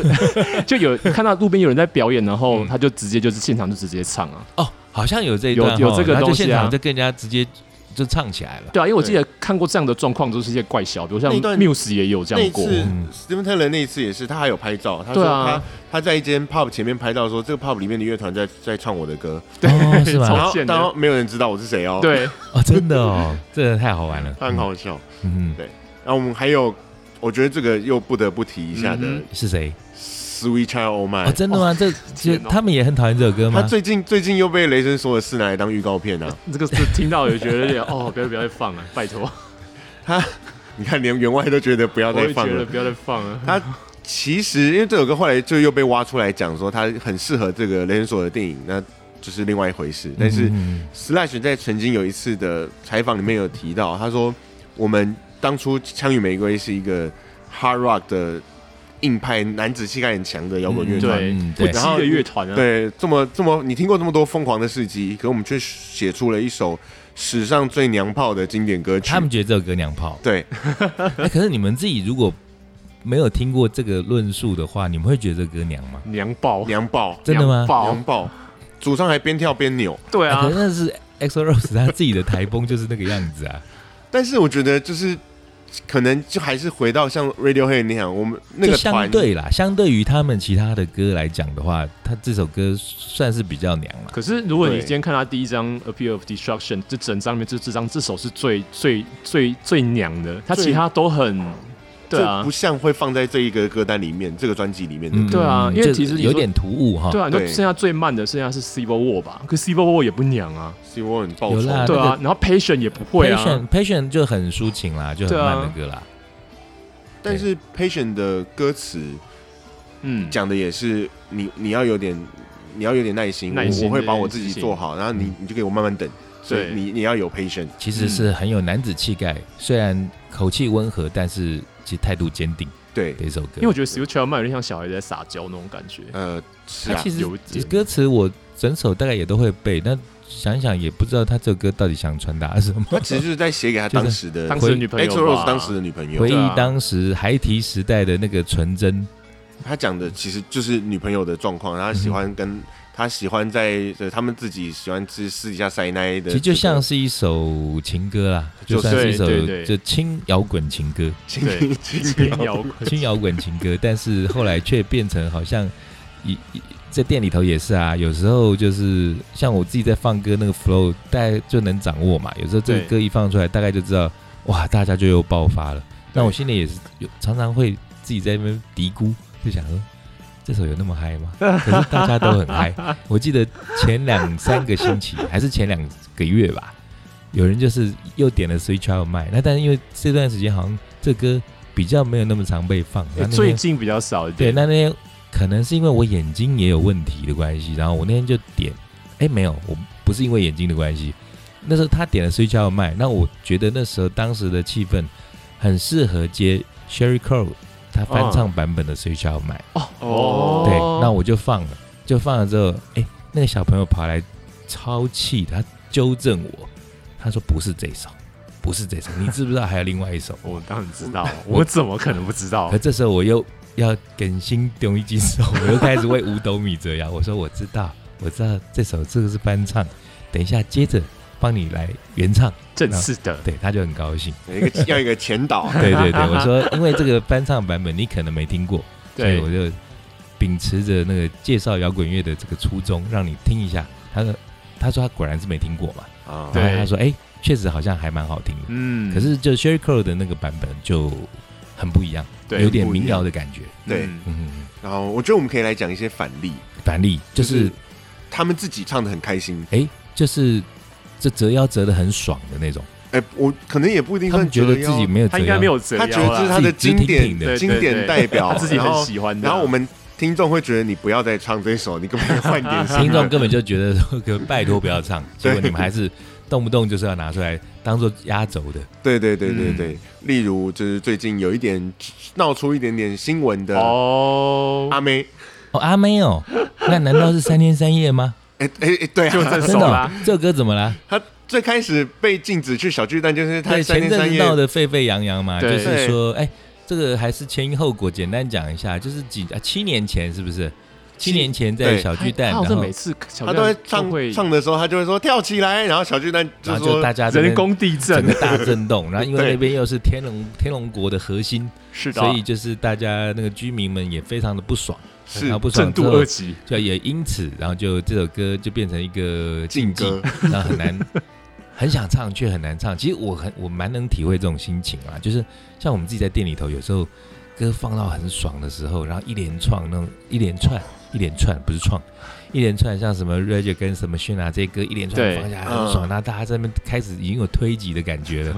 S2: 就有 看到路边有人在表演，然后
S3: 嗯
S2: 他就直接就是现场就直接唱啊，
S3: 哦，好像有这一
S2: 有
S3: 段
S2: 有
S3: 哦
S2: 这个
S3: 然后
S2: 东
S3: 就
S2: 西
S3: 现
S2: 啊
S3: 场就跟人家直接就唱起来了。
S2: 对啊，因为我记得看过这样的状况，就是一些怪小，比如像
S1: 那一段
S2: Muse 也有这
S1: 那一
S2: 样过，
S1: 次
S3: 嗯
S1: Steven Tyler 那一次也是，他还有拍照，他说
S2: 对啊
S1: 他他在一间 pub 前面拍照说，这个 pub 里面的乐团在在唱我的歌，
S2: 对
S3: 哦是吗
S1: 然
S2: 超
S1: 后
S2: 贱
S1: 当
S2: 的，
S1: 然没有人知道我是谁哦，，
S2: 对，
S3: 哦，真的哦，这个太好玩了，
S1: 他很好笑。
S3: 嗯。嗯，
S1: 然后我们还有，我觉得这个又不得不提一下的
S2: 嗯
S3: 是谁？
S1: Sweet Child O
S3: 哦，
S1: My，
S3: 真的吗？这这
S2: 天哎哦
S3: 他们也很讨厌这首歌
S1: 他
S3: 吗？
S1: 最近最近又被雷神索尔斯拿来当预告片啊，
S2: 这个是听到也觉得有点哦，不要不要再放了，拜托，
S1: 你看连员外都觉得不要
S2: 我
S1: 再
S2: 也觉
S1: 放
S2: 得
S1: 了。
S2: 不要再放了。
S1: 他其实因为这首歌后来就又被挖出来讲说他很适合这个雷神索尔的电影，那就是另外一回事，但是。
S3: 嗯嗯嗯
S1: Slash 在曾经有一次的采访里面有提到，他说我们当初《枪与玫瑰》是一个 hard rock 的硬派男子气概很强的摇滚乐团，
S2: 对
S3: 嗯
S2: 不
S3: 对
S2: 羁的乐团啊，
S1: 对，这么这么你听过这么多疯狂的事迹，可我们却写出了一首史上最娘炮的经典歌曲。
S3: 他。们觉得这首歌娘炮
S1: 对，
S3: 哎，可是你们自己如果没有听过这个论述的话，你们会觉得这歌娘吗？
S2: 娘爆，
S1: 娘爆，
S3: 真的吗哦
S2: 娘爆
S1: 娘，爆，主唱还边跳边扭。
S2: 对
S3: 哎
S2: 啊
S3: 可，是那是 EXO Rose 他自己的台风就是那个样 子啊，
S1: 但是我觉得就是可能就还是回到像 Radiohead 那样，我们那个
S3: 就相
S1: 团
S3: 对啦，相对于他们其他的歌来讲的话，他这首歌算是比较娘了。
S2: 可是如果你
S1: 对
S2: 今天看他第一张《Appeal of Destruction》，这整张里面这这张这首是最最最最娘的，他
S1: 最
S2: 其他都很对
S1: 这
S2: 啊
S1: 不，像会放在这一个歌单里面，这个专辑里面的
S3: 嗯
S1: 歌。
S2: 对啊因为其实你说
S3: 有点突兀哈。
S2: 对啊，你就
S1: 对
S2: 剩下最慢的剩下是 Civil War 吧，可 Civil War 也不娘啊，
S1: 希望很报
S3: 有
S1: 仇。
S3: 啦啊
S2: 对啊然
S3: 那，
S2: 后 Patient 也不会啊
S3: Patient，Patient、就很抒情啦，就很
S2: 对啊
S3: 慢的歌啦。
S1: 但是 Patient 的歌词
S2: 嗯，
S1: 讲的也是你你要有点你要有点耐心，
S2: 耐心
S1: 我我会把
S2: 这件
S1: 我自己
S2: 事情
S1: 做好，然后你
S3: 嗯
S1: 你就给我慢慢等。所以
S2: 对
S1: 你你要有 patient，
S3: 其实是很有男子气概，虽然口气温和，但是其实态度坚定
S1: 对，
S3: 的一首歌。
S2: 因为我觉得 Steve Chapman 有点像小孩在撒娇那种感觉，
S1: 呃，是
S3: 他
S1: 啊
S3: 其，实
S2: 有一点
S3: 歌词我整首大概也都会背，但想一想也不知道他这首歌到底想传达什么。
S1: 他其实就是在写给他
S3: 就是
S1: 当时的
S2: 当时的女朋
S1: X
S2: 友
S1: Rose
S2: 吧，
S1: 当时的女朋友
S3: 回，忆
S2: 对啊
S3: 当时孩提时代的那个纯真，
S1: 他讲的其实就是女朋友的状况，他喜欢跟他喜欢在呃他们自己喜欢私私底下塞奶的，
S3: 其实就像是一首情歌啦，
S1: 就
S3: 就是算是一首
S2: 对对对
S3: 就轻摇滚情歌。
S2: 对轻摇滚，
S3: 轻摇滚情歌，但是后来却变成好像一一在店里头也是啊，有时候就是像我自己在放歌那个 flow，大概就能掌握嘛。有时候这个
S2: 对
S3: 歌一放出来，大概就知道哇，大家就又爆发了。那我
S1: 对
S3: 心里也是有常常会自己在那边嘀咕，就想说。这首有那么嗨吗？可是大家都很嗨。我记得前两三个星期，还是前两个月吧，有人就是又点了《Sweet Child of Mine》，那但是因为这段时间好像这歌比较没有那么常被放，那那天
S2: 最近比较少一
S3: 对，
S2: 点，
S3: 那那天可能是因为我眼睛也有问题的关系，然后我那天就点，哎，没有，我不是因为眼睛的关系，那时候他点了《睡觉麦》，那我觉得那时候当时的气氛很适合接 Sherry Crow 他翻唱版本的《睡觉麦》，
S2: 哦
S1: 哦
S3: 对，那我就放了，就放了之后，哎，那个小朋友跑来超气，他纠正我，他说不是这首，不是这首，你知不知道还有另外一首？
S2: 我当然知道，我怎么可能不知道
S3: 可？这时候我又要更新东一几首，我又开始为五斗米折腰。我说我知道，我知道这首这个是翻唱，等一下接着帮你来原唱。
S2: 正式的，
S3: 对，他就很高兴。
S1: 有一个 要一个前导，
S3: 对对对，我说因为这个翻唱版本你可能没听过，所以
S2: 对
S3: 我就秉持着那个介绍摇滚乐的这个初衷，让你听一下。他说他说他果然是没听过嘛，
S1: 啊，
S3: 然后
S2: 对
S3: 他说哎，确实好像还蛮好听的。
S2: 嗯，
S3: 可是就 Sherry Crow 的那个版本就很不一样，
S2: 对
S3: 有点
S1: 不一样
S3: 民谣的感觉。
S1: 对
S2: 嗯
S3: 嗯，
S1: 然后我觉得我们可以来讲一些反例，
S3: 反例就是
S1: 他们自己唱的很开心，
S3: 就是这折腰折的很爽的那种，
S1: 哎，我可能也不一定
S3: 他们
S1: 算
S3: 觉得自己没有
S2: 他
S3: 折
S2: 应该
S3: 腰
S2: 没，有折
S1: 他觉
S2: 腰
S1: 得这是
S2: 啦，
S1: 他的
S3: 自己
S1: 经
S3: 直挺
S1: 典
S3: 挺的
S2: 对对
S1: 经典
S2: 对
S1: 代表，
S2: 他自己
S1: 然
S2: 很
S1: 后
S2: 喜欢的啊。
S1: 然后我们听众会觉得你不要再唱这首，你根本换点新
S3: 听众
S1: 的。
S3: 根本就觉得说可拜托不要唱，结果你们还是动不动就是要拿出来当做压轴的，
S1: 对对对对
S3: 嗯
S1: 对，例如就是最近有一点闹出一点点新闻的
S2: 哦，
S1: 阿妹，
S3: 哦阿妹哦，那难道是三天三夜吗？
S1: 哎哎哎，对
S2: 就
S1: 啊，
S2: 这
S3: 真
S2: 首
S3: 的
S2: 啦
S3: 哦，，这首歌怎么啦？
S1: 她最开始被禁止去小巨蛋，就是她
S3: 对，
S1: 三
S3: 前
S1: 天
S3: 阵
S1: 三
S3: 子
S1: 夜
S3: 闹得沸沸扬扬嘛，就
S2: 对
S3: 是说哎，这个还是前因后果，简单讲一下，就是几啊七年前是不是？七
S1: 七
S3: 年前在
S1: 对
S3: 小巨蛋，
S2: 他好
S3: 然
S2: 像
S3: 后
S2: 每次小
S1: 她
S2: 巨
S1: 都会
S2: 蛋
S1: 唱
S2: 会
S1: 唱的时候，她就会说跳起来，然后小巨蛋
S3: 然后就
S1: 说
S3: 大家这边
S2: 人工地震
S3: 整个，大震动，然后因 为
S1: 对
S3: 那边又是天龙天龙国的核心，
S2: 是的，
S3: 所以就是大家那个居民们也非常的不爽，
S1: 是
S3: 然后不
S2: 震
S3: 爽之
S2: 度
S3: 后
S2: 二，级，
S3: 就也因此，然后就这首歌就变成一个
S1: 禁
S3: 忌
S1: 歌，
S3: 然后很难，很想唱却很难唱。其实我很我蛮能体会这种心情啊，就是像我们自己在店里头，有时候歌放到很爽的时候，然后一连串那种一连串一连串不是创。一连串像什么 r a g e 跟什么轩啊这些歌一连串
S2: 对
S3: 放下来
S1: 嗯
S3: 很爽，那、大家在那边开始已经有推挤的感觉了，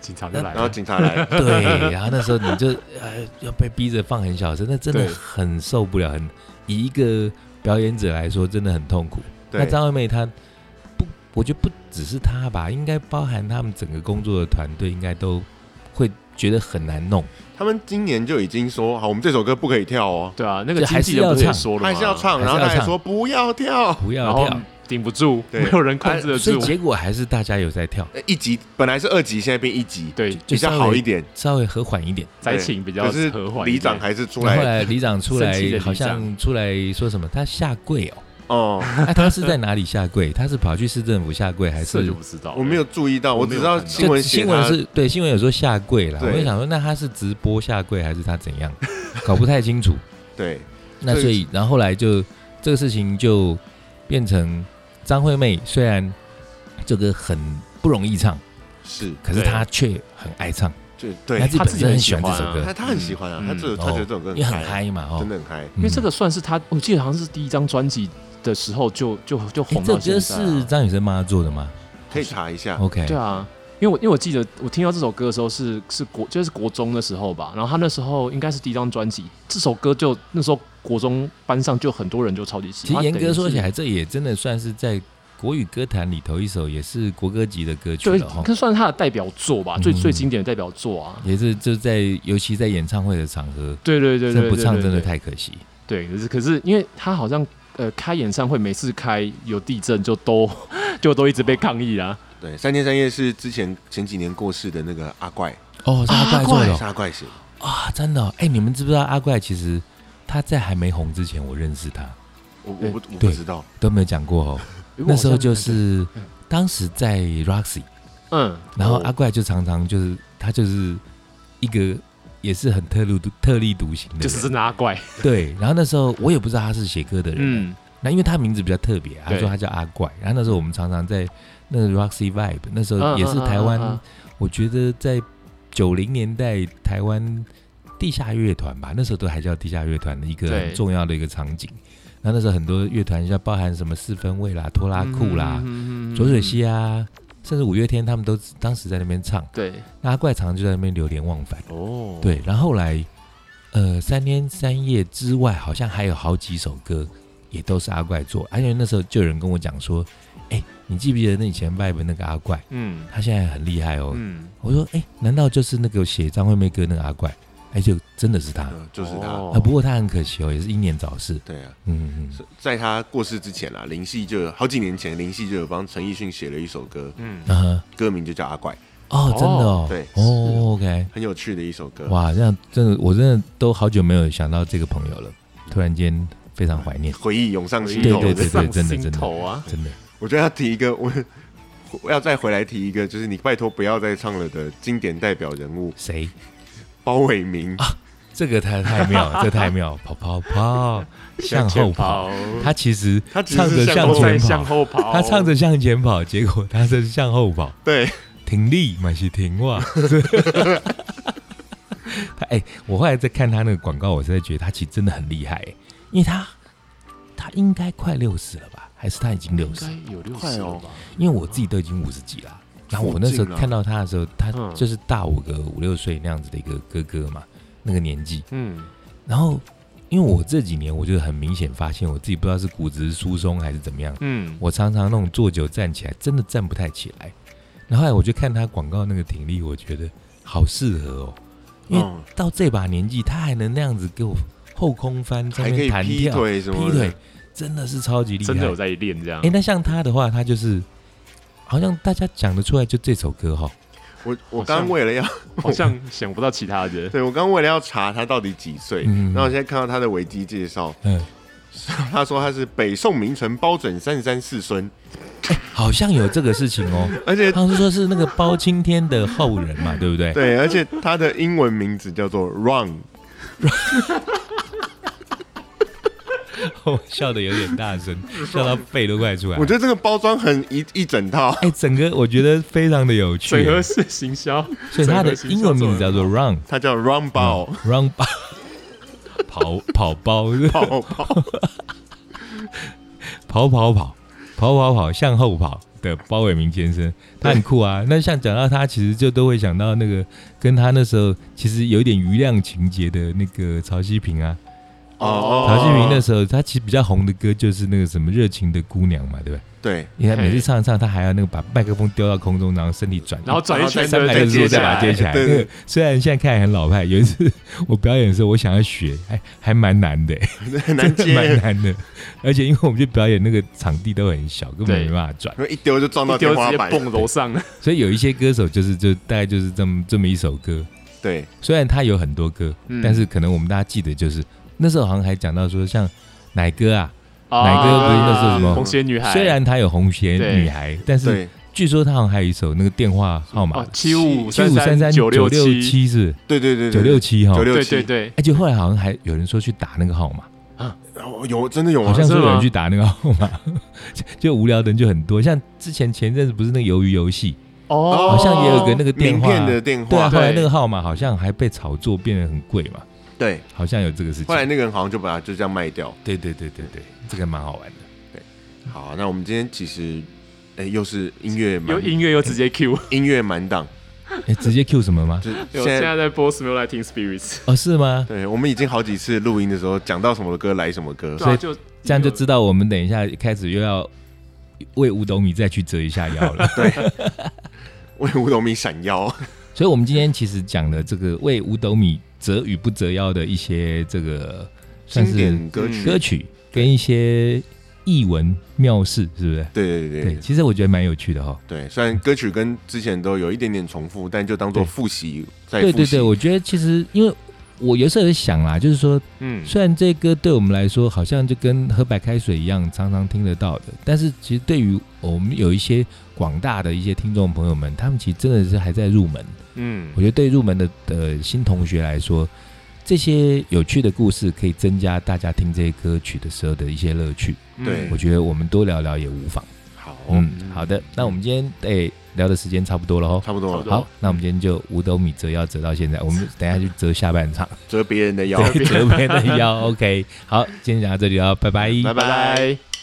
S2: 警察就来
S1: 然后
S2: 了，
S1: 警察来 了，
S3: 对，然后那时候你就呃要被逼着放很小声，那真的
S1: 对
S3: 很受不了，很以一个表演者来说，真的很痛苦。那
S1: 对，
S3: 张惠妹她不，我觉得不只是她吧，应该包含他们整个工作的团队，应该都会觉得很难弄，
S1: 他们今年就已经说好，我们这首歌不可以跳哦，
S2: 对啊，那个
S3: 就
S2: 经
S3: 还
S2: 纪
S3: 是
S2: 人
S3: 要
S2: 不是也
S3: 唱
S2: 说了吗
S1: 还是要唱，
S3: 还是
S1: 然后
S3: 要
S1: 他还
S3: 唱
S1: 说不要跳，
S3: 不要
S2: 然后
S3: 跳。
S2: 顶不住，
S1: 对
S2: 没有人控制得
S3: 啊所
S2: 住
S3: 以。结果还是大家有在跳，
S1: 呃一集本来是二集，现在变一集，
S2: 对，
S1: 比较好一点，
S3: 稍微和缓一点。
S2: 灾
S1: 对
S2: 情比较
S1: 可是
S2: 和缓一点。
S1: 里长还是出
S3: 后
S1: 来
S3: 来里长出来
S2: 生气的里，长
S3: 好像出来说什么，他下跪 哦。
S1: 哦，
S3: 啊，他是在哪里下跪？他是跑去市政府下跪，还
S2: 这
S3: 是
S2: 就不知道了，
S1: 我没有注意到，我
S2: 我
S1: 只
S2: 没有
S1: 知道
S2: 看到
S1: 新闻
S3: 就
S1: 写
S3: 新
S1: 他
S3: 闻是对新闻有说下跪啦。
S1: 对
S3: 我就想说，那他是直播下跪还是他怎样？搞不太清楚。
S1: 对
S3: 那
S1: 所以
S3: 所以，然后后来就这个事情就变成张惠妹虽然这个很不容易唱，
S1: 是，
S3: 可是
S2: 对啊
S3: 她却很爱唱，
S1: 对
S3: 她
S1: 对，
S3: 自己
S2: 她自
S3: 本
S2: 己很
S3: 身很
S2: 喜
S3: 喜欢这
S2: 欢
S3: 首
S2: 啊
S3: 歌
S1: 他，他很喜欢啊，
S2: 嗯
S1: 他这首
S3: 嗯
S1: 他觉得这首歌
S3: 也很
S1: 很啊嗨，
S3: 嗨嘛，哦
S1: 真，的很嗨，
S2: 因为这
S3: 嗯
S2: 个算是他，我记得好像是第一张专辑的时候就就就
S3: 诶
S2: 红
S3: 这
S2: 到现
S3: 歌
S2: 在啊、
S3: 是张雨生妈做的吗
S1: 可以查一下。
S3: ？OK，
S2: 对啊，因为我因为我记得我听到这首歌的时候是是国就是国中的时候吧，然后他那时候应该是第一张专辑，这首歌就那时候国中班上就很多人就超级喜
S3: 其实
S2: 欢。
S3: 严
S2: 它等
S3: 格
S2: 于
S3: 说起
S2: 是，
S3: 来，这也真的算是在国语歌坛里头一首也是国歌级的歌曲
S2: 对
S3: 了哈，，
S2: 这算是他的代表作吧，最
S3: 嗯
S2: 最经典的代表作啊。
S3: 也是就在尤其在演唱会的场合，
S2: 对对对对
S3: 这
S2: 对，
S3: 不唱真
S2: 对
S3: 的太可惜。
S2: 对，可是可是因为他好像呃开演唱会每次开有地震就都 就都一直被抗议啊。
S1: 对，三天三夜是之前前几年过世的那个阿怪，
S3: 哦，是阿怪做的
S1: 是
S3: 哦
S1: 阿怪写的。
S3: 啊，真的哦！哎，你们知不知道阿怪其实他在还没红之前，我认识他
S1: 我我
S2: 对
S1: 不我不
S3: 对
S1: 知道，
S3: 都没有讲过 哦。
S2: 因为
S3: 那
S2: 我
S3: 时候
S2: 好像
S3: 就是当时在 Roxy，
S2: 嗯，
S3: 然后
S1: 哦
S3: 阿怪就常常就是他就是一个也是很特立独特立独行的人，
S2: 就是真的阿怪，
S3: 对。然后那时候我也不知道他是写歌的人，啊
S2: 嗯，
S3: 那因为他名字比较特别，他
S2: 对
S3: 说他叫阿怪。然后那时候我们常常在那个 Roxy Vibe，那时
S2: 嗯
S3: 候
S2: 嗯
S3: 也是台湾，
S2: 嗯嗯嗯
S3: 我觉得在九零年代台湾地下乐团吧，那时候都还叫地下乐团的一个
S2: 对
S3: 很重要的一个场景。然后那时候很多乐团像包含什么四分卫啦、拖拉库啦、
S2: 嗯
S3: 浊水溪啊，甚至五月天，他们都当时在那边唱。
S2: 对，
S3: 那阿怪常常就在那边流连忘返。
S1: 哦，
S3: 对，然后后来，呃，三天三夜之外，好像还有好几首歌也都是阿怪做。而且那时候就有人跟我讲说，哎、你记不记得那以前 Vibe 那个阿怪，
S2: 嗯
S3: 他现在很厉害哦。
S2: 嗯，
S3: 我说，哎、难道就是那个写张惠妹歌那个阿怪？哎、就真的是他。
S1: 呃就是他。
S2: 哦
S3: 啊，不过他很可惜哦，也是英年早逝。
S1: 对啊，
S3: 嗯嗯
S1: 是在他过世之前啊，林夕就有好几年前，林夕就有帮陈奕迅写了一首歌，
S2: 嗯
S3: 嗯，啊
S1: 歌名就叫《阿怪》，
S3: 哈，哦，真的哦，
S1: 对
S3: 哦，OK，
S1: 很有趣的一首歌。
S3: 哇，这样真的，我真的都好久没有想到这个朋友了，突然间非常怀念，
S1: 回忆涌上心
S3: 对
S1: 头。
S3: 对对
S2: 嗯上
S3: 真的
S2: 心
S3: 真的
S2: 头啊，
S3: 真的。
S1: 我觉得要提一个，我 我要再回来提一个，就是你拜托不要再唱了的经典代表人物
S3: 谁？
S1: 包伟明。
S3: 啊这个太太妙，了，这太妙了，跑跑跑，向后跑。，他其实
S1: 他其实
S3: 唱着
S1: 是向
S3: 向
S1: 后
S2: 在
S3: 前
S2: 向
S3: 跑，
S2: 后跑，
S3: 他唱着向前跑，结果他是向后跑，
S1: 对，
S3: 停立满是停哇。 他哎、我后来在看他那个广告，我实在觉得他其实真的很厉害、因为他他应该快六十了吧，还是他已经六
S2: 应
S3: 十
S2: 该？有六
S1: 快
S2: 十
S1: 哦
S2: 了吧？
S3: 因为我自己都已经五十几了。然后我那时
S1: 附近
S3: 候
S1: 啊
S3: 看到他的时候，他
S2: 嗯
S3: 就是大我个五六岁那样子的一个哥哥嘛，那个年纪。
S2: 嗯，
S3: 然后，因为我这几年我就很明显发现，我自己不知道是骨质疏松还是怎么样，
S2: 嗯，
S3: 我常常那种坐久站起来真的站不太起来。然后后来我就看他广告那个挺立，我觉得好适合哦，因为
S1: 嗯，
S3: 到这把年纪他还能那样子给我后空翻，在
S1: 还
S3: 那
S1: 可
S3: 边
S1: 以
S3: 弹
S1: 劈
S3: 跳、
S1: 腿什么
S3: 劈
S1: 的
S3: 腿，真的是超级厉害。
S2: 真的有在练这样
S3: 哎，。那像他的话，他就是好像大家讲得出来就这首歌哈、哦，
S1: 我我
S2: 好像
S1: 刚为了要，
S2: 好像想不到其他的。
S1: 对我刚为了要查他到底几岁，
S3: 嗯
S1: 然后我现在看到他的维基介绍，
S3: 嗯，
S1: 他说他是北宋名臣包拯三十三世孙，
S3: 好像有这个事情哦。
S1: 而且
S3: 他是说是那个包青天的后人嘛，对不对？
S1: 对，而且他的英文名字叫做 Run，
S3: 我笑的有点大声，笑到肺都快出来
S1: 我。觉得这个包装很一一整套，
S3: 哎、整个我觉得非常的有
S2: 整，
S3: 趣
S2: 合式行销，
S3: 所以他的英文名字啊叫做 Run
S1: 他叫 Run 包
S3: Run 包 跑跑包
S1: 包包，
S3: 跑跑跑跑跑跑向后跑的包伟明先生，他很酷啊。那像讲到他，其实就都会想到那个跟他那时候其实有一点余量情节的那个曹希平啊，
S1: 哦
S3: 陶晶莹那时候她其实比较红的歌就是那个什么热情的姑娘嘛，对不对？
S1: 对，
S3: 因为她每次唱一唱，她还要那个把麦克风丢到空中，然后身体转，
S2: 然后转一圈
S3: 三百
S1: 再
S3: 个
S2: 对
S1: 接
S3: 字再
S1: 下
S3: 把它
S1: 来
S3: 接起来。
S1: 对
S3: 那个虽然现在看起来很老派，有一次我表演的时候，我想要学，还还蛮难的、
S1: 很难
S3: 真的 蛮
S1: 接，
S3: 难的。而且因为我们去表演那个场地都很小，根本
S2: 对
S3: 没办法转，
S1: 因为一丢就撞到
S2: 一
S1: 天
S2: 丢
S1: 花
S2: 直接
S1: 板，
S2: 蹦楼上，
S3: 所以有一些歌手就是就大概就是这么这么一首歌。
S1: 对，
S3: 虽然他有很多歌，
S2: 嗯
S3: 但是可能我们大家记得就是那时候好像还讲到说像奶哥啊，
S2: 哪
S3: 个不是那是什么
S2: 哦红鞋女孩？
S3: 虽然他有红鞋女孩，但是
S1: 对，
S3: 据说他好像还有一首那个电话号码
S2: 哦，七五
S3: 七五三
S2: 三
S3: 三
S2: 九
S3: 六
S2: 七，
S3: 七是
S1: 对对对，
S3: 九六七哈
S1: 九。六
S2: 对
S1: 七
S2: 对，对，
S3: 而且后来好像还有人说去打那个号码，
S1: 哦有真的有
S3: 好
S1: 啊，
S3: 像说
S2: 是吗
S3: 有人去打那个号码，就就无聊的人就很多。像之前前阵子不是那个鱿鱼游戏，
S2: 哦，
S3: 好像也有个那个电
S1: 哦名
S3: 话
S1: 片，的电
S3: 对啊，
S1: 话，
S3: 后来
S2: 对
S3: 那个号码好像还被炒作，变得很贵嘛，
S1: 对，
S3: 好像有这个事情。
S1: 后来那个人好像就把它就这样卖掉。
S3: 对对对对对，这个蛮好玩的。
S1: 好，那我们今天其实，哎，又是音乐满
S2: 哦有音乐又直接 Q。
S1: 音乐满档，
S3: 哎，直接 Q 什么吗？
S1: 就是
S2: 有
S1: 现
S2: 现
S1: 在
S2: 在在播《Smell Like Teen Spirits
S3: 哦，是吗？
S1: 对我们已经好几次录音的时候讲到什么歌来什么歌》，，
S2: 对啊，就
S3: 这样就知道我们等一下开始又要为五斗米再去折一下腰了。
S1: 为五斗米闪腰，
S3: 所以，我们今天其实讲的这个为五斗米折与不折腰的一些这个 算
S1: 经
S3: 是
S1: 典歌曲，
S3: 歌曲跟一些译文妙事，是
S2: 嗯
S3: 不是？
S1: 对对
S3: 对，
S1: 对
S3: 其实我觉得蛮有趣的哈。
S1: 对，虽然歌曲跟之前都有一点点重复，但就当做
S3: 对
S1: 复习在
S3: 对
S1: 复
S3: 对
S1: 习
S3: 对，，我觉得其实因为我有时候也想啦，就是说
S1: 嗯，
S3: 虽然这歌对我们来说好像就跟喝白开水一样，常常听得到的，但是其实对于我们有一些广大的一些听众朋友们，他们其实真的是还在入门。
S1: 嗯
S3: 我觉得对入门的呃新同学来说，这些有趣的故事可以增加大家听这些歌曲的时候的一些乐趣。
S2: 嗯
S1: 对
S3: 我觉得我们多聊聊也无妨。
S1: 好，
S2: 哦
S3: 嗯，好的，那我们今天诶、聊的时间差不多了哦。
S1: 差不多
S2: 差不
S1: 了，
S2: 多
S3: 好，那我们今天就五斗米折腰折到现在，我们等一下去折下半场。
S1: 折别人的腰，
S3: 对，折边的腰。OK，好，今天讲到这里了，拜拜，
S1: 拜
S2: 拜拜。